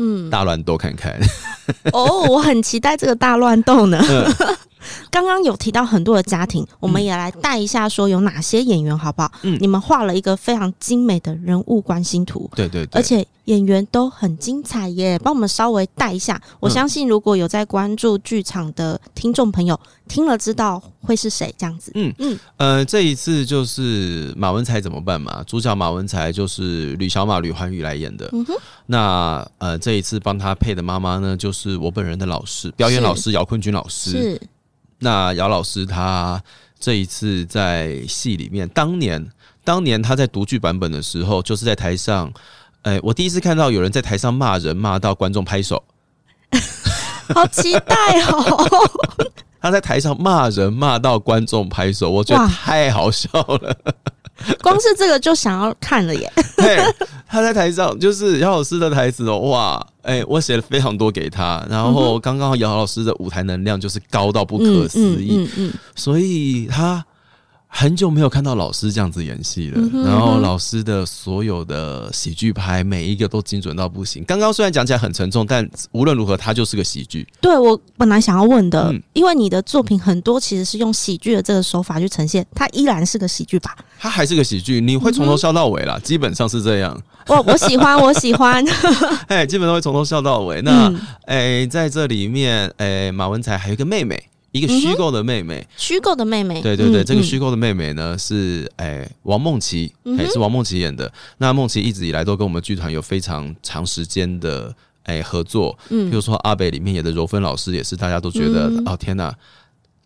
Speaker 1: 嗯，
Speaker 2: 大乱斗看看。
Speaker 1: 哦，我很期待这个大乱斗呢。
Speaker 2: 嗯
Speaker 1: 刚刚有提到很多的家庭，我们也来带一下，说有哪些演员好不好？
Speaker 2: 嗯
Speaker 1: 你们画了一个非常精美的人物关心图，
Speaker 2: 对对对，
Speaker 1: 而且演员都很精彩耶，帮我们稍微带一下。我
Speaker 2: 嗯
Speaker 1: 相信如果有在关注剧场的听众朋友，听了知道会是谁这样子。
Speaker 2: 嗯
Speaker 1: 嗯
Speaker 2: 呃，这一次就是马文才怎么办嘛？主角马文才就是吕小马吕环宇来演的。
Speaker 1: 嗯哼，
Speaker 2: 那呃，这一次帮他配的妈妈呢，就是我本人的老师，表演
Speaker 1: 是
Speaker 2: 老师姚坤君老师。
Speaker 1: 是
Speaker 2: 那姚老师他这一次在戏里面，当年当年他在读剧版本的时候，就是在台呃上，哎、我第一次看到有人在台上骂人，骂到观众拍手。
Speaker 1: 好期待 哦！
Speaker 2: 他在台上骂人，骂到观众拍手，我觉得
Speaker 1: 哇
Speaker 2: 太好笑了。
Speaker 1: 光是这个就想要看了耶。
Speaker 2: 嘿，他在台上就是姚老师的台词哦，哇，哎、我写了非常多给他。然
Speaker 1: 嗯
Speaker 2: 后刚刚姚老师的舞台能量就是高到不可思议，
Speaker 1: 嗯嗯
Speaker 2: 所以他很久没有看到老师这样子演戏了。
Speaker 1: 嗯哼
Speaker 2: 然
Speaker 1: 嗯
Speaker 2: 后
Speaker 1: 哼
Speaker 2: 老师的所有的喜剧拍，每一个都精准到不行。刚刚虽然讲起来很沉重，但无论如何，他就是个喜剧。
Speaker 1: 对我本来想要问的，
Speaker 2: 嗯
Speaker 1: 因为你的作品很多其实是用喜剧的这个手法去呈现，它依然是个喜剧吧？
Speaker 2: 他还是个喜剧，你会
Speaker 1: 嗯
Speaker 2: 从头笑到尾啦，基本上是这样。
Speaker 1: 我我喜欢，我喜欢。
Speaker 2: 哎，基本上会从头笑到尾。那
Speaker 1: 嗯，
Speaker 2: 哎、在这里面，哎，马文才还有一个妹妹，一个虚构的妹妹。
Speaker 1: 虚构的妹妹，
Speaker 2: 对对对，
Speaker 1: 嗯
Speaker 2: 这个
Speaker 1: 嗯
Speaker 2: 虚构的妹妹呢是哎、王梦琪，
Speaker 1: 嗯
Speaker 2: 哎、
Speaker 1: 哼
Speaker 2: 是王梦琪演的。那梦琪一直以来都跟我们剧团有非常长时间的哎、合作，譬
Speaker 1: 嗯
Speaker 2: 如说阿北里面演的柔芬老师也是大家都觉得、
Speaker 1: 嗯
Speaker 2: 哦天哪，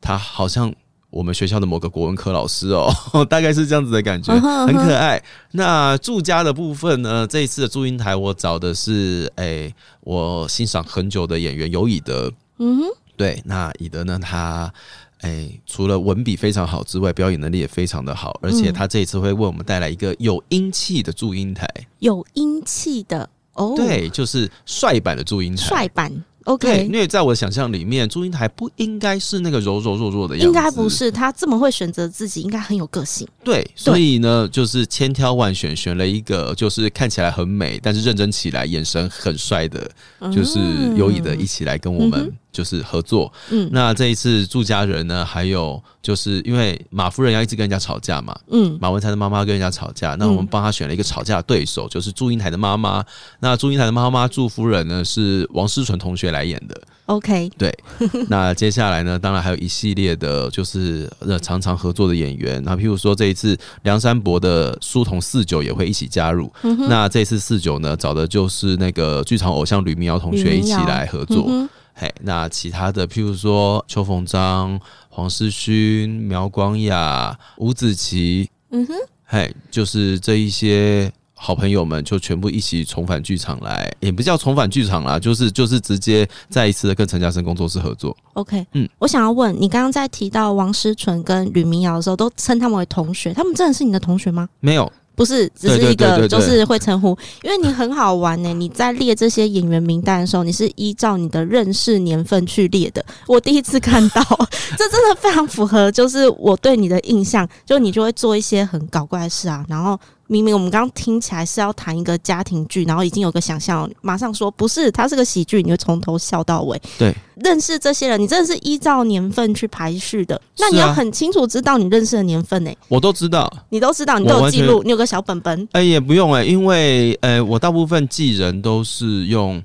Speaker 2: 她好像。我们学校的某个国文科老师哦， 大概是这样子的感觉，
Speaker 1: 嗯哼嗯哼
Speaker 2: 很可爱。那住家的部分呢，这一次的祝英台我找的是，哎、我欣赏很久的演员尤以德，
Speaker 1: 嗯哼
Speaker 2: 对，那以德呢，他哎、除了文笔非常好之外，表演能力也非常的好，而且
Speaker 1: 嗯
Speaker 2: 他这一次会为我们带来一个有英气的祝英台，
Speaker 1: 有英气的哦，，
Speaker 2: 对，就是帅版的祝英台。
Speaker 1: 帅版
Speaker 2: 对，
Speaker 1: ，OK，
Speaker 2: 因为在我的想象里面，祝英台不应该是那个柔柔弱弱的样子，
Speaker 1: 应该不。是他这么会选择自己，应该很有个性。
Speaker 2: 对，所以呢，就是千挑万选，选了一个就是看起来很美，但是认真起来眼神很帅的，就是尤以德一起来跟我
Speaker 1: 嗯
Speaker 2: 们就是合作。
Speaker 1: 嗯
Speaker 2: 那这一次住家人呢，还有就是因为马夫人要一直跟人家吵架嘛，
Speaker 1: 嗯
Speaker 2: 马文才的妈妈跟人家吵架，那我们帮他选了一个吵架的对手，就是祝英台的妈妈。那祝英台的妈妈祝夫人呢是王思纯同学来演的。
Speaker 1: ，OK，
Speaker 2: 对， 那接下来呢，当然还有一系列的，就是呃常常合作的演员，那譬如说这一次梁山伯的书童四九也会一起加入。
Speaker 1: 嗯哼
Speaker 2: 那这次四九呢找的就是那个剧场偶像吕明瑶同学一起来合作。
Speaker 1: 嗯哼
Speaker 2: 嘿，那其他的，譬如说邱逢章、黄世勋、苗光雅、吴子琪，
Speaker 1: 嗯哼，
Speaker 2: 嘿，就是这一些好朋友们就全部一起重返剧场来，也不叫重返剧场啦，就是就是直接再一次的跟陈嘉生工作室合作。
Speaker 1: OK，
Speaker 2: 嗯
Speaker 1: 嗯，我想要问你，刚刚在提到王诗纯跟吕明瑶的时候，都称他们为同学，他们真的是你的同学吗？
Speaker 2: 没有，
Speaker 1: 不是，只是
Speaker 2: 对对
Speaker 1: 一
Speaker 2: 对对对
Speaker 1: 个就是会称呼，因为你很好玩呢、欸你在列这些演员名单的时候，你是依照你的认识年份去列的。我第一次看到， 这真的非常符合，就是我对你的印象，就你就会做一些很搞怪的事啊。然后明明我们刚刚听起来是要谈一个家庭剧，然后已经有个想象，马上说不是，它是个喜剧，你会从头笑到尾。
Speaker 2: 对，
Speaker 1: 认识这些人，你真的是依照年份去排序的。那你
Speaker 2: 是啊
Speaker 1: 要很清楚知道你认识的年份呢、欸
Speaker 2: 我都知道。
Speaker 1: 你都知道，你
Speaker 2: 我
Speaker 1: 都有
Speaker 2: 完
Speaker 1: 记
Speaker 2: 全
Speaker 1: 录，你有个小本本。
Speaker 2: 哎、也不用哎、因为呃、我大部分记人都是用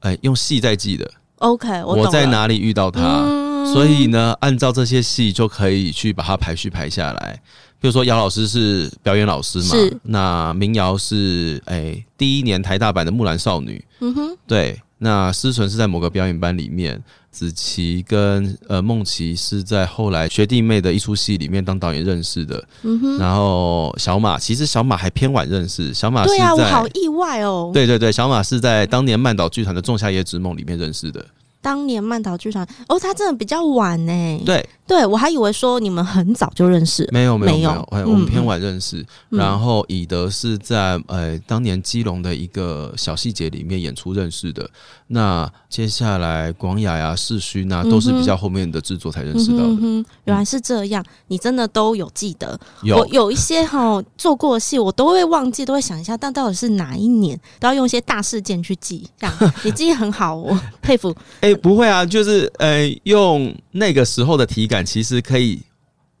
Speaker 2: 哎、用戏在记的，
Speaker 1: OK，
Speaker 2: 我
Speaker 1: 懂了
Speaker 2: 在？哪里遇到他。
Speaker 1: 嗯
Speaker 2: 所以呢，按照这些戏就可以去把它排序排下来。比如说，姚老师是表演老师嘛
Speaker 1: 是，
Speaker 2: 那民谣是哎、第一年台大版的《木兰少女
Speaker 1: 嗯哼》，，
Speaker 2: 对，那思纯是在某个表演班里面，子琪跟呃梦琪是在后来学弟妹的一出戏里面当导演认识的，
Speaker 1: 嗯哼，
Speaker 2: 然后小马其实小马还偏晚认识，小马是
Speaker 1: 对啊，我
Speaker 2: 在
Speaker 1: 好意外哦。，
Speaker 2: 对对对，小马是在当年曼岛剧团的《仲夏夜之梦》里面认识的，
Speaker 1: 当年曼岛剧团，哦，他真的比较晚呢。
Speaker 2: 对，
Speaker 1: 对，我还以为说你们很早就认识。
Speaker 2: 没有没有没
Speaker 1: 没有
Speaker 2: 有，哎，我们
Speaker 1: 嗯
Speaker 2: 偏晚认识。
Speaker 1: 嗯
Speaker 2: 然后以德是在呃当年基隆的一个小细节里面演出认识的。那接下来广雅呀、世勋啊，
Speaker 1: 嗯哼
Speaker 2: 都是比较后面的制作才认
Speaker 1: 嗯
Speaker 2: 识
Speaker 1: 哼
Speaker 2: 到
Speaker 1: 嗯
Speaker 2: 的。
Speaker 1: 哼，原来是这样，你真的都有记得。我
Speaker 2: 有
Speaker 1: 有一些哈做过的戏，我都会忘记，都会想一下，但到底是哪一年，都要用一些大事件去记。 这样，你记忆很好，我佩服。
Speaker 2: 哎、不会啊，就是呃用那个时候的体感，其实可以。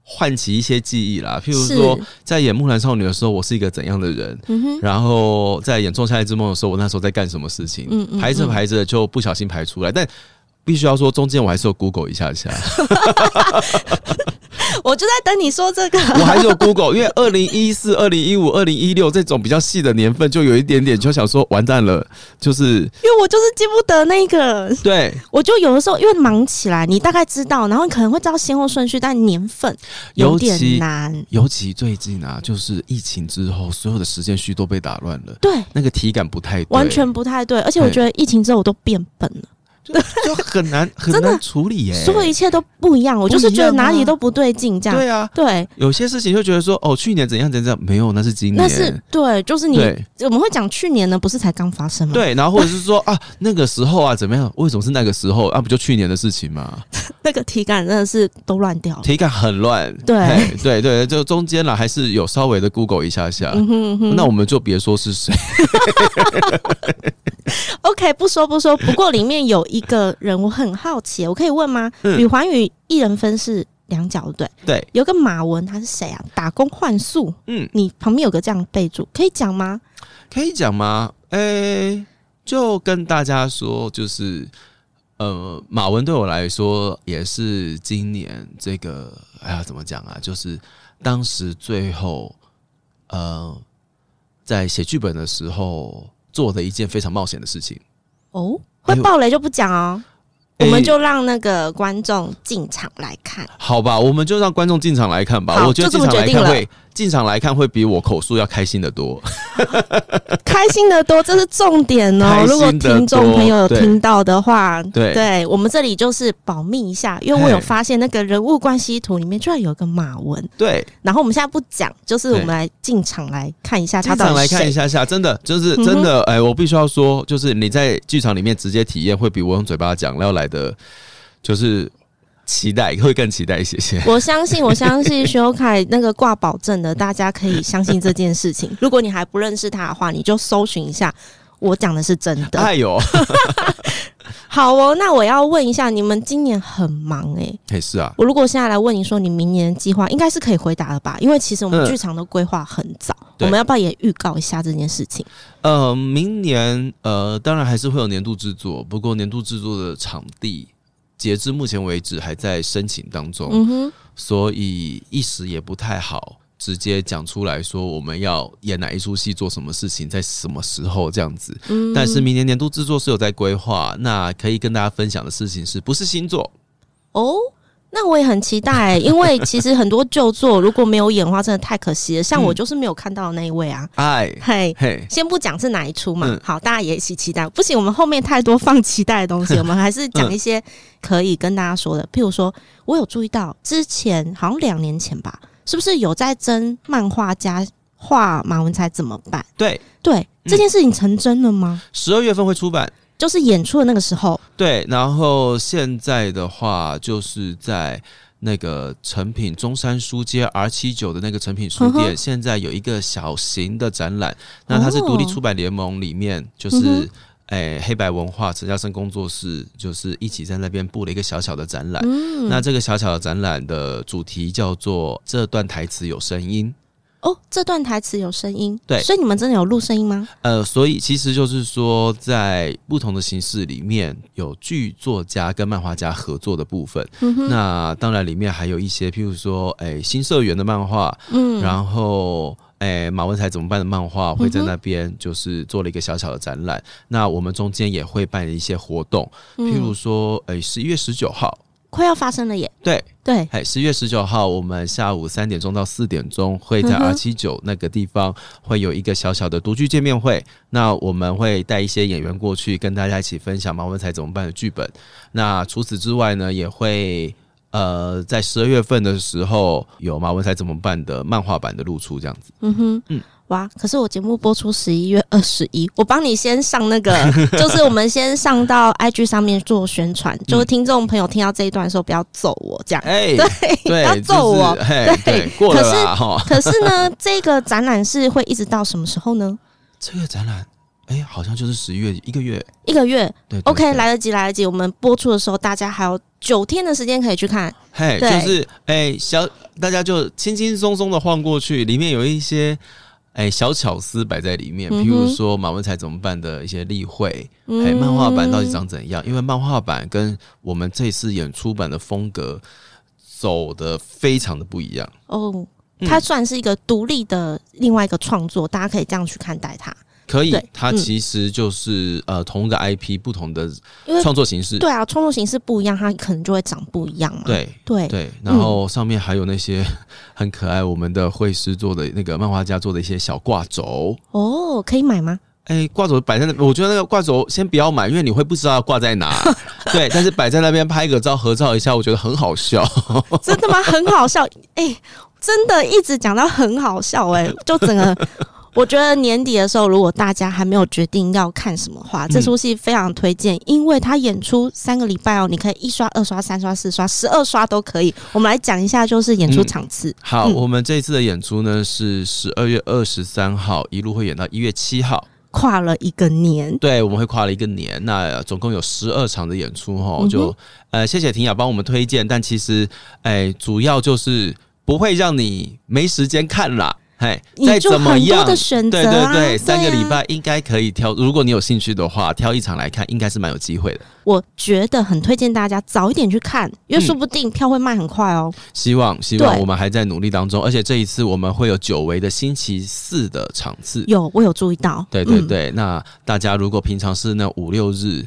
Speaker 2: 唤起一些记忆啦，譬如
Speaker 1: 是，
Speaker 2: 说，在演《木兰少女》的时候，我是一个怎样的人？
Speaker 1: 嗯 哼，
Speaker 2: 然后在演《仲夏夜之梦》的时候，我那时候在干什么事情？
Speaker 1: 嗯嗯
Speaker 2: 排着排着就不小心排出来，但必须要说，中间我还是有 Google 一下下，
Speaker 1: 我就在等你说这个。
Speaker 2: 我还是有 Google，因为二零一四、二零一五、二零一六这种比较细的年份，就有一点点就想说完蛋了，就是
Speaker 1: 因为我就是记不得那个，
Speaker 2: 对，
Speaker 1: 我就有的时候因为忙起来，你大概知道，然后你可能会知道先后顺序，但年份有
Speaker 2: 尤其
Speaker 1: 点难。
Speaker 2: 尤其最近啊，就是疫情之后，所有的时间序都被打乱了，
Speaker 1: 对，
Speaker 2: 那个体感不太对
Speaker 1: 完全不太对。而且我
Speaker 2: 对
Speaker 1: 觉得疫情之后我都变笨了，
Speaker 2: 就就很 难很
Speaker 1: 真的
Speaker 2: 难处理耶、
Speaker 1: 所有一切都不一样，我就是觉得哪里都不对劲，这样
Speaker 2: 啊对啊，
Speaker 1: 对，
Speaker 2: 有些事情就觉得说，哦，去年怎样怎样怎样，没有，那是今年。
Speaker 1: 那是对，就是你
Speaker 2: 嗯对
Speaker 1: 我们会讲去年呢，不是才刚发生吗？，
Speaker 2: 对，然后或者是说啊，那个时候啊，怎么样？为什么是那个时候啊？不就去年的事情吗？
Speaker 1: 那个体感真的是都乱掉了。
Speaker 2: 体感很乱，
Speaker 1: 哦对
Speaker 2: 嘿对对，就中间啦，还是有稍微的 Google 一下下。
Speaker 1: 嗯哼嗯哼
Speaker 2: 那我们就别说是谁，
Speaker 1: OK，不说不说。不过里面有一个人我很好奇，我可以问吗？
Speaker 2: 嗯
Speaker 1: 吕环宇一人分饰两角，对不对，
Speaker 2: 对，
Speaker 1: 有个马文他是谁啊？打工换宿，
Speaker 2: 嗯，
Speaker 1: 你旁边有个这样备注，可以讲吗？
Speaker 2: 可以讲吗？诶、就跟大家说，就是呃，马文对我来说也是今年这个，哎呀，怎么讲啊？就是当时最后，呃，在写剧本的时候做的一件非常冒险的事情。
Speaker 1: 哦，会
Speaker 2: 哎呦哎
Speaker 1: 爆雷就不讲哦，我
Speaker 2: 诶
Speaker 1: 们就让那个观众进场来 看。
Speaker 2: 好吧，我们就让观众进场来看吧。
Speaker 1: 好
Speaker 2: 我觉得
Speaker 1: 就
Speaker 2: 进
Speaker 1: 这么
Speaker 2: 场来
Speaker 1: 决定
Speaker 2: 看
Speaker 1: 了
Speaker 2: 会进场来看会比我口述要开心的多。
Speaker 1: 开心的多，这是重点哦。
Speaker 2: 开心得多
Speaker 1: 如果听众朋友有听到的话，
Speaker 2: 对
Speaker 1: 我们这里就是保密一下，因为我
Speaker 2: 嘿
Speaker 1: 有发现那个人物关系图里面居然有一个马文，
Speaker 2: 对，
Speaker 1: 然后我们现在不讲，就是
Speaker 2: 对
Speaker 1: 我们来进场来看一下啊他
Speaker 2: 进
Speaker 1: 到
Speaker 2: 场
Speaker 1: 底
Speaker 2: 来
Speaker 1: 是
Speaker 2: 看一
Speaker 1: 谁。
Speaker 2: 下下，真的就是
Speaker 1: 嗯哼
Speaker 2: 真的，哎、我必须要说，就是你在剧场里面直接体验，会比我用嘴巴讲要来的，就是期待会更期待一些 些。
Speaker 1: 我相信，我相信修凯那个挂保证的，大家可以相信这件事情。如果你还不认识他的话，你就搜寻一下，我讲的是真的。
Speaker 2: 哎呦，
Speaker 1: 好哦，那我要问一下，你们今年很忙诶、
Speaker 2: 哎是啊，
Speaker 1: 我如果现在来问你说你明年的计划，应该是可以回答的吧？因为其实我们
Speaker 2: 嗯
Speaker 1: 剧场的规划很早，
Speaker 2: 对
Speaker 1: 我们要不要也预告一下这件事情？
Speaker 2: 呃，明年呃，当然还是会有年度制作，不过年度制作的场地截至目前为止还在申请当中，
Speaker 1: 嗯哼，
Speaker 2: 所以一时也不太好。直接讲出来说我们要演哪一出戏，做什么事情，在什么时候这样子，
Speaker 1: 嗯
Speaker 2: 但是明年年度制作是有在规划，那可以跟大家分享的事情是不是星座？
Speaker 1: 哦。那我也很期待、欸因为其实很多旧作如果没有演的话，真的太可惜了。像我就是没有看到的那一位 啊，
Speaker 2: 哎
Speaker 1: 嘿，
Speaker 2: 嘿，
Speaker 1: 先不讲是哪一出嘛，
Speaker 2: 嗯
Speaker 1: 好，大家也一起期待。不行，我们后面太多放期待的东西，我们还是讲一些可以跟大家说的。譬如说，我有注意到之前好像两年前吧，是不是有在争漫画家画马文才怎么办？
Speaker 2: 对，
Speaker 1: 对，
Speaker 2: 嗯
Speaker 1: 这件事情成真了吗？
Speaker 2: 十二月份会出版。
Speaker 1: 就是演出的那个时候，
Speaker 2: 对，然后现在的话就是在那个成品中山书街 R 七九的那个成品书
Speaker 1: 嗯
Speaker 2: 店，
Speaker 1: 哼
Speaker 2: 现在有一个小型的展览，那它是独立出版联盟里面就
Speaker 1: 嗯
Speaker 2: 是。诶黑白文化陈嘉生工作室就是一起在那边布了一个小小的展览。
Speaker 1: 嗯，
Speaker 2: 呃那这个小小的展览的主题叫做“这段台词有声音”。
Speaker 1: 哦，这段台词有声音，
Speaker 2: 对
Speaker 1: 所以你们真的有录声音吗？
Speaker 2: 呃，所以其实就是说，在不同的形式里面，有剧作家跟漫画家合作的部分。
Speaker 1: 嗯哼，
Speaker 2: 那当然，里面还有一些，譬如说，哎、新社员的漫画，
Speaker 1: 嗯，
Speaker 2: 然后。哎、马文才怎么办的漫画会在
Speaker 1: 嗯哼
Speaker 2: 那边就是做了一个小小的展览。那我们中间也会办一些活动，
Speaker 1: 嗯
Speaker 2: 譬如说，哎、1十一月十九号，
Speaker 1: 快要发生了耶，
Speaker 2: 对，
Speaker 1: 对，
Speaker 2: 哎，十月十九号，我们下午三点钟到四点钟会在
Speaker 1: 嗯哼
Speaker 2: R 七九那个地方会有一个小小的独剧见面会。那我们会带一些演员过去，跟大家一起分享马文才怎么办的剧本。那除此之外呢，也会呃在十二月份的时候有马文才怎么办的漫画版的露出，这样子。
Speaker 1: 嗯哼，
Speaker 2: 嗯
Speaker 1: 哇！可是我节目播出十一月二十一，我帮你先上 那个，就是我们先上到 IG 上面做宣
Speaker 2: 嗯
Speaker 1: 传，就是听众朋友听到这一段的时候不要揍我这样，
Speaker 2: 哎、
Speaker 1: 对，不
Speaker 2: 对，
Speaker 1: 要
Speaker 2: 就是
Speaker 1: 揍我。
Speaker 2: 嘿
Speaker 1: 对
Speaker 2: 对，过了
Speaker 1: 可是
Speaker 2: 啦哈。
Speaker 1: 可是 呢，这个展览是会一直到什么时候呢？
Speaker 2: 这个展览，哎、好像就是十一月一个月。
Speaker 1: 一个月
Speaker 2: 对对
Speaker 1: ，OK，
Speaker 2: 对
Speaker 1: 来得及，来得及。我们播出的时候，大家还有九天的时间可以去看。
Speaker 2: 嘿，
Speaker 1: 对
Speaker 2: 就是哎、小，大家就轻轻松松的晃过去，里面有一些哎、小巧思摆在里面，
Speaker 1: 嗯哼
Speaker 2: 譬如说马文才怎么办的一些例会，哎、
Speaker 1: 嗯，
Speaker 2: 漫画版到底长怎样？因为漫画版跟我们这次演出版的风格走的非常的不一样。
Speaker 1: 哦，
Speaker 2: 嗯
Speaker 1: 它算是一个独立的另外一个创作，大家可以这样去看待它，
Speaker 2: 可以
Speaker 1: 对，
Speaker 2: 它
Speaker 1: 嗯
Speaker 2: 其实就是、呃同一个 IP 不同的
Speaker 1: 因为
Speaker 2: 创作形式，
Speaker 1: 对啊，创作形式不一样，它可能就会长不一样嘛。
Speaker 2: 对
Speaker 1: 对嗯
Speaker 2: 对，然后上面还有那些 很可爱我们的绘师做的那个漫画家做的一些小挂轴，
Speaker 1: 哦，可以买吗？
Speaker 2: 哎、挂轴摆在那，我觉得那个挂轴先不要买，因为你会不知道要挂在 哪。对，但是摆在那边拍个照、合照一下，我觉得很好笑。
Speaker 1: 真的吗？很好笑，哎、真的一直讲到很好笑、 哎，就整个。我觉得年底的时候，如果大家还没有决定要看什么
Speaker 2: 嗯
Speaker 1: 话，这出戏非常推荐，因为它演出三个礼拜哦，你可以一刷、二刷、三刷、四刷、十二刷都可以。我们来讲一下，就是演出场次，
Speaker 2: 好，
Speaker 1: 嗯
Speaker 2: 我们这一次的演出呢是十二月二十三号，一路会演到一月七号。
Speaker 1: 跨了一个年，
Speaker 2: 对，我们会跨了一个年，那总共有十二场的演出
Speaker 1: 嗯
Speaker 2: 哈、
Speaker 1: 哼
Speaker 2: 就、呃，谢谢婷雅帮我们推荐，但其实哎、主要就是不会让你没时间看啦。嘿，再
Speaker 1: 你就
Speaker 2: 怎么
Speaker 1: 很多
Speaker 2: 样
Speaker 1: 的，选择、
Speaker 2: 对
Speaker 1: 啊，
Speaker 2: 对对，三个
Speaker 1: 啊
Speaker 2: 礼拜应该可以挑，如果你有兴趣的话，挑一场来看，应该是蛮有机会的。
Speaker 1: 我觉得很推荐大家早一点去看，因为
Speaker 2: 嗯
Speaker 1: 说不定票会卖很快哦。
Speaker 2: 希望希望
Speaker 1: 对
Speaker 2: 我们还在努力当中，而且这一次我们会有久违的星期四的场次。
Speaker 1: 有，我有注意到，
Speaker 2: 对对
Speaker 1: 嗯
Speaker 2: 对，那大家如果平常是那五六日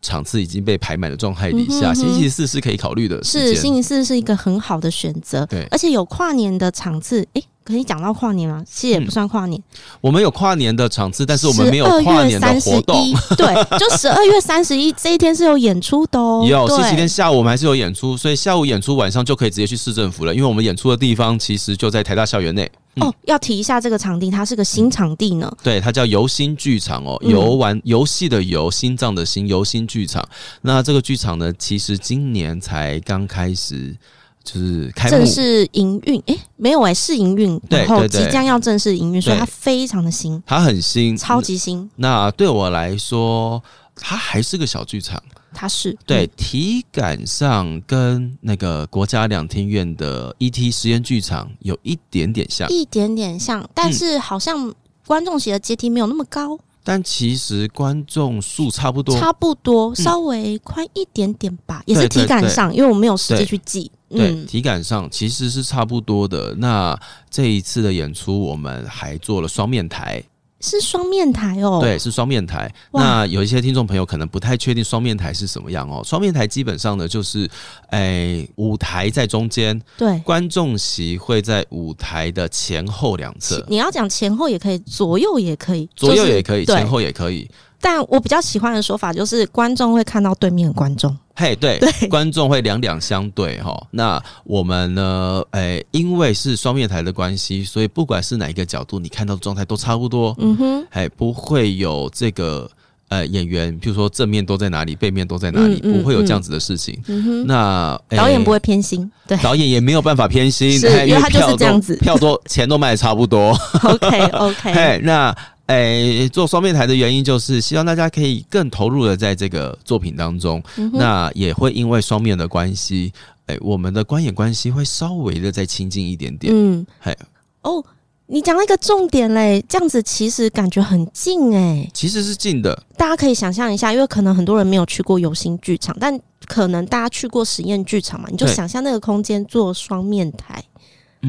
Speaker 2: 场次已经被排满的状态底下，
Speaker 1: 嗯哼嗯哼
Speaker 2: 星期四是可以考虑的时
Speaker 1: 是
Speaker 2: 间。
Speaker 1: 星期四是一个很好的选择，
Speaker 2: 对
Speaker 1: 而且有跨年的场次，诶，可以讲到跨年吗？其实也不算跨年，
Speaker 2: 我们有跨年的场次，但嗯是我们没有
Speaker 1: 12
Speaker 2: 跨
Speaker 1: 月
Speaker 2: 年的
Speaker 1: 三十
Speaker 2: 活动
Speaker 1: 一。， 对，就十二月三十一这一天是有演出的哦，
Speaker 2: 有
Speaker 1: 对
Speaker 2: 星期天下午我们还是有演出，所以下午演出晚上就可以直接去市政府了，因为我们演出的地方其实就在台大校园内。嗯
Speaker 1: 哦，要提一下这个场地，它是个新场地呢，
Speaker 2: 对，它叫游心剧场哦，
Speaker 1: 嗯
Speaker 2: 游玩游戏的游，心脏的心，游心剧场。那这个剧场呢，其实今年才刚开始，就是开幕
Speaker 1: 正，式营运，诶，没有诶，是营运，
Speaker 2: 对
Speaker 1: 然后
Speaker 2: 对
Speaker 1: 即
Speaker 2: 对
Speaker 1: 将要正式营运，所以
Speaker 2: 对嗯
Speaker 1: 它非常的新，
Speaker 2: 它很新，
Speaker 1: 超级新，
Speaker 2: 那对我来说，它还是个小剧场。
Speaker 1: 它是嗯
Speaker 2: 对，体感上跟那个国家两厅院的 ET 实验剧场有一点点像，
Speaker 1: 一点点像，但是好像观众席的阶梯没有那么高，
Speaker 2: 但其实观众数差不多。嗯
Speaker 1: 差不多稍微宽一点点吧，也是
Speaker 2: 对
Speaker 1: 体感
Speaker 2: 对
Speaker 1: 上，因为我没有实际
Speaker 2: 对
Speaker 1: 去记。
Speaker 2: 对，
Speaker 1: 嗯，
Speaker 2: 体感上其实是差不多的。那这一次的演出，我们还做了双面台，
Speaker 1: 是双面台哦。，
Speaker 2: 对，是双面台。
Speaker 1: 哇
Speaker 2: 那有一些听众朋友可能不太确定双面台是什么样哦。双面台基本上呢，就是，诶、舞台在中间，
Speaker 1: 对
Speaker 2: 观众席会在舞台的前后两侧，
Speaker 1: 你要讲前后也可以，左右也可以，
Speaker 2: 左右
Speaker 1: 就是
Speaker 2: 也可以，
Speaker 1: 对
Speaker 2: 前后也可以。
Speaker 1: 但我比较喜欢的说法就是，观众会看到对面的观众。
Speaker 2: 嘿、对，
Speaker 1: 对
Speaker 2: 观众会两两相对哈。那我们呢？诶、因为是双面台的关系，所以不管是哪一个角度，你看到的状态都差不多。
Speaker 1: 嗯哼，
Speaker 2: 哎，不会有这个呃演员，譬如说正面都在哪里，背面都在哪里，
Speaker 1: 嗯嗯
Speaker 2: 不会有这样子的事情。
Speaker 1: 嗯哼，
Speaker 2: 那、哎
Speaker 1: 导演不会偏心。对
Speaker 2: 导演也没有办法偏心，
Speaker 1: 是
Speaker 2: 哎
Speaker 1: 因为他就是
Speaker 2: 票都
Speaker 1: 这样子
Speaker 2: 票都钱都卖的差 不多。
Speaker 1: ，OK OK，
Speaker 2: 哎，那。哎，做双面台的原因就是希望大家可以更投入的在这个作品当中，
Speaker 1: 嗯
Speaker 2: 那也会因为双面的关系，哎，我们的观演关系会稍微的再亲近一点点。
Speaker 1: 嗯
Speaker 2: 嘿，
Speaker 1: 哦，你讲了一个重点嘞，这样子其实感觉很近哎。
Speaker 2: 其实是近的，
Speaker 1: 大家可以想象一下，因为可能很多人没有去过游心剧场，但可能大家去过实验剧场嘛，你就
Speaker 2: 对
Speaker 1: 想象那个空间做双面台，嗯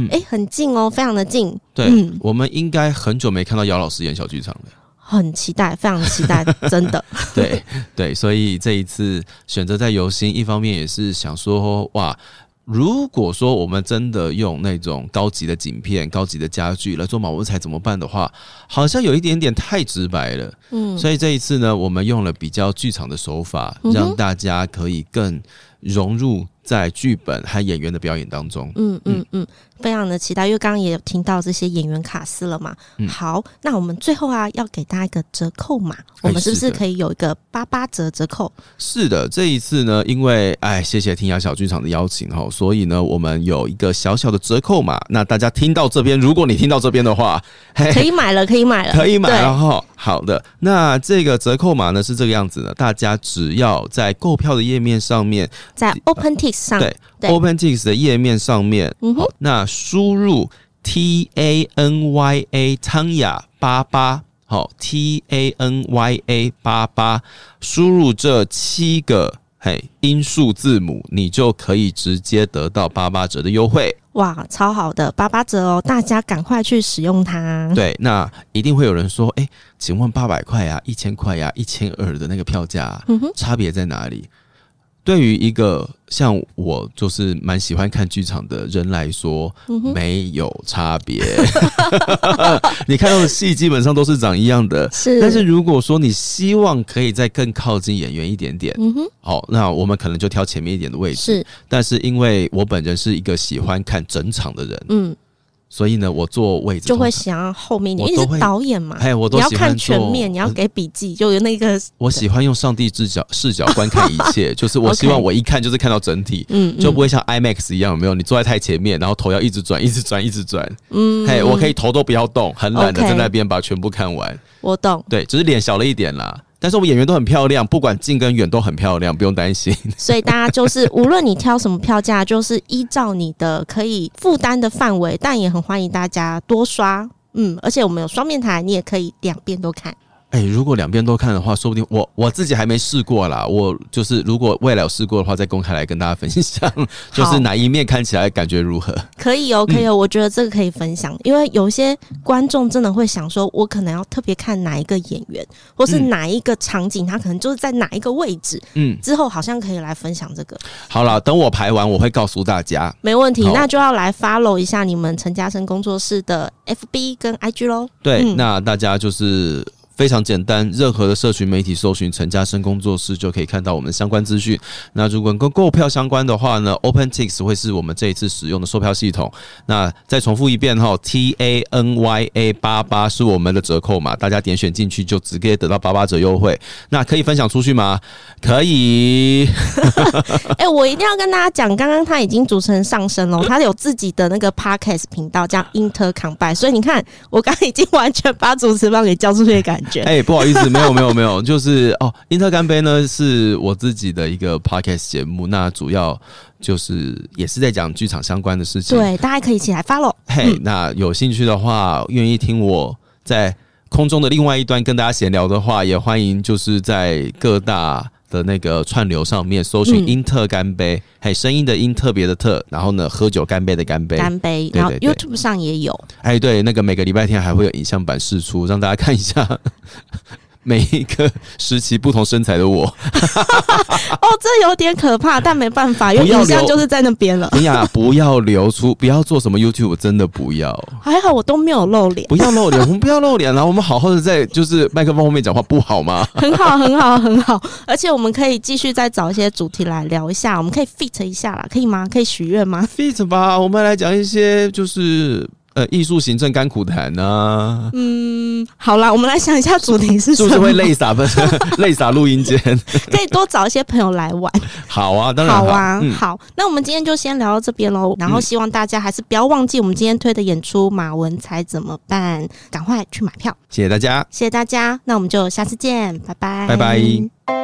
Speaker 2: 嗯，
Speaker 1: 哎、很近哦，非常的近，
Speaker 2: 对、
Speaker 1: 嗯
Speaker 2: 我们应该很久没看到姚老师演小剧场了。
Speaker 1: 很期待，非常期 待，真的，
Speaker 2: 对对，所以这一次选择在游心，一方面也是想说，哇，如果说我们真的用那种高级的景片、高级的家具来做马文才怎么办的话，好像有一点点太直白了。
Speaker 1: 嗯，
Speaker 2: 所以这一次呢，我们用了比较剧场的手法
Speaker 1: 嗯哼，
Speaker 2: 让大家可以更融入在剧本和演员的表演当中。
Speaker 1: 嗯嗯嗯，非常的期待，因为刚刚也有听到这些演员卡司了嘛。
Speaker 2: 嗯
Speaker 1: 好，那我们最后啊，要给大家一个折扣码，我们是不是
Speaker 2: 哎是的
Speaker 1: 可以有一个八八折折扣？
Speaker 2: 是的，这一次呢，因为哎，谢谢听雅小剧场的邀请哈，所以呢，我们有一个小小的折扣码。那大家听到这边，如果你听到这边的话，嘿
Speaker 1: 可以买了，可以买了，
Speaker 2: 哎可以买
Speaker 1: 对
Speaker 2: 了哈。好的，那这个折扣码呢是这个样子的，大家只要在购票的页面上面
Speaker 1: 在 OpenTix 上，
Speaker 2: 对
Speaker 1: 对
Speaker 2: ，OpenTix 的页面上面，
Speaker 1: 嗯哼
Speaker 2: 好，那输入 T A N Y A 汤雅八八。好，T A N Y A 八八，输入这七个嘿音数字母，你就可以直接得到八八折的优惠。
Speaker 1: 哇，超好的八八折哦，大家赶快去使用它。
Speaker 2: 对，那一定会有人说，哎、啊请问八百块呀、一千块呀、一千二的那个票价啊、
Speaker 1: 嗯哼，
Speaker 2: 差别在哪里？对于一个像我就是蛮喜欢看剧场的人来说，
Speaker 1: 嗯哼，
Speaker 2: 没有差别。 你看到的戏基本上都是长一样的，
Speaker 1: 是，
Speaker 2: 但是如果说你希望可以再更靠近演员一点点，
Speaker 1: 嗯哼，
Speaker 2: 好，那我们可能就挑前面一点的位置。
Speaker 1: 是，
Speaker 2: 但是因为我本人是一个喜欢看整场的人，
Speaker 1: 嗯，
Speaker 2: 所以呢，我坐位置
Speaker 1: 就会
Speaker 2: 通
Speaker 1: 想要后面一点，
Speaker 2: 我
Speaker 1: 因为
Speaker 2: 都
Speaker 1: 你
Speaker 2: 会
Speaker 1: 是导演嘛
Speaker 2: 常，哎，我
Speaker 1: 你
Speaker 2: 都
Speaker 1: 要
Speaker 2: 喜欢
Speaker 1: 看全
Speaker 2: 坐
Speaker 1: 面，你要
Speaker 2: 我
Speaker 1: 给笔记，就有那个，
Speaker 2: 我喜欢用上帝视角视角观看一 切，就是我希望
Speaker 1: OK
Speaker 2: 我一看就是看到整体。
Speaker 1: 嗯，
Speaker 2: 就不会像 IMAX 一样，有没有？你坐在太前面，然后头要一直转，一直转，一直转。
Speaker 1: 嗯，嗯
Speaker 2: 嘿、我可以，头都不要动，很懒的
Speaker 1: OK
Speaker 2: 在那边把全部看完。
Speaker 1: 我 懂，
Speaker 2: 对，只是脸小了一点啦。但是我们演员都很漂亮，不管近跟远都很漂亮，不用担心。
Speaker 1: 所以大家就是无论你挑什么票价，就是依照你的可以负担的范围，但也很欢迎大家多刷。嗯，而且我们有双面台，你也可以两边都看。
Speaker 2: 哎、如果两边都看的话，说不定我我自己还没试过啦。我就是如果未来有试过的话，再公开来跟大家分享， 就是哪一面看起来感觉如何。
Speaker 1: 可以
Speaker 2: 嗯
Speaker 1: 哦，可以哦，我觉得这个可以分享，因为有些观众真的会想说，我可能要特别看哪一个演员，或是
Speaker 2: 嗯
Speaker 1: 哪一个场景，他可能就是在哪一个位置，
Speaker 2: 嗯，
Speaker 1: 之后好像可以来分享这个，
Speaker 2: 好啦，等我排完我会告诉大家。
Speaker 1: 没问题。
Speaker 2: 好
Speaker 1: 那就要来 follow 一下你们陈嘉生工作室的 FB 跟 IG 喽。
Speaker 2: 对，
Speaker 1: 嗯
Speaker 2: 那大家就是。非常简单，任何的社群媒体搜寻陈嘉生工作室就可以看到我们的相关资讯。那如果跟购票相关的话呢，OpenTix 会是我们这一次使用的售票系统。那再重复一遍哈，T A N Y A 八八是我们的折扣码，大家点选进去就直接得到八八折优惠。那可以分享出去吗？可以。
Speaker 1: 哎、我一定要跟大家讲，刚刚他已经主持人上身了，他有自己的那个 podcast 频道， 叫 Inter Combine，所以你看，我刚刚已经完全把主持棒给交出去的感觉。
Speaker 2: 哎、不好意思，没有没有没有，就是哦，英特干杯呢是我自己的一个 podcast 节目，那主要就是也是在讲剧场相关的事情。，
Speaker 1: 对，嗯大家可以一起来 follow。
Speaker 2: 嘿、那有兴趣的话，愿意听我在空中的另外一端跟大家闲聊的话，也欢迎就是在各大。的那个串流上面搜寻“
Speaker 1: 嗯
Speaker 2: 英特干杯”，嘿，声音的音，特别的特，然后呢，喝酒干杯的干杯，
Speaker 1: 干杯，
Speaker 2: 对
Speaker 1: 然后
Speaker 2: 对对
Speaker 1: YouTube 上也有，
Speaker 2: 哎，对，那个每个礼拜天还会有影像版释出，让大家看一下 每一个时期不同身材的我。
Speaker 1: 哦，这有点可怕，但没办法，因为
Speaker 2: 不要
Speaker 1: 影像
Speaker 2: 留
Speaker 1: 就是在那边了。
Speaker 2: 你哎呀，不要流出，不要做什么 YouTube，真的不要，
Speaker 1: 还好我都没有露脸，
Speaker 2: 不要露脸， 我们不要露脸啊了，我们好好的在就是麦克风后面讲话，不好吗？
Speaker 1: 很好，很好，很好。而且我们可以继续再找一些主题来聊一下，我们可以 fit 一下啦，可以吗？可以许愿吗？
Speaker 2: fit 吧，我们来讲一些就是呃艺术行政甘苦谈啊。
Speaker 1: 嗯，好啦，我们来想一下主题是
Speaker 2: 是
Speaker 1: 什
Speaker 2: 不
Speaker 1: 么，
Speaker 2: 是会累傻不？累傻录音间？
Speaker 1: 可以多找一些朋友来玩。
Speaker 2: 好啊，当然
Speaker 1: 好啊，
Speaker 2: 嗯，
Speaker 1: 好，那我们今天就先聊到这边喽。然后希望大家还是不要忘记我们今天推的演出《马文才怎么办》，赶快去买票，
Speaker 2: 谢谢大家。
Speaker 1: 谢谢大家。那我们就下次见，拜拜，
Speaker 2: 拜拜。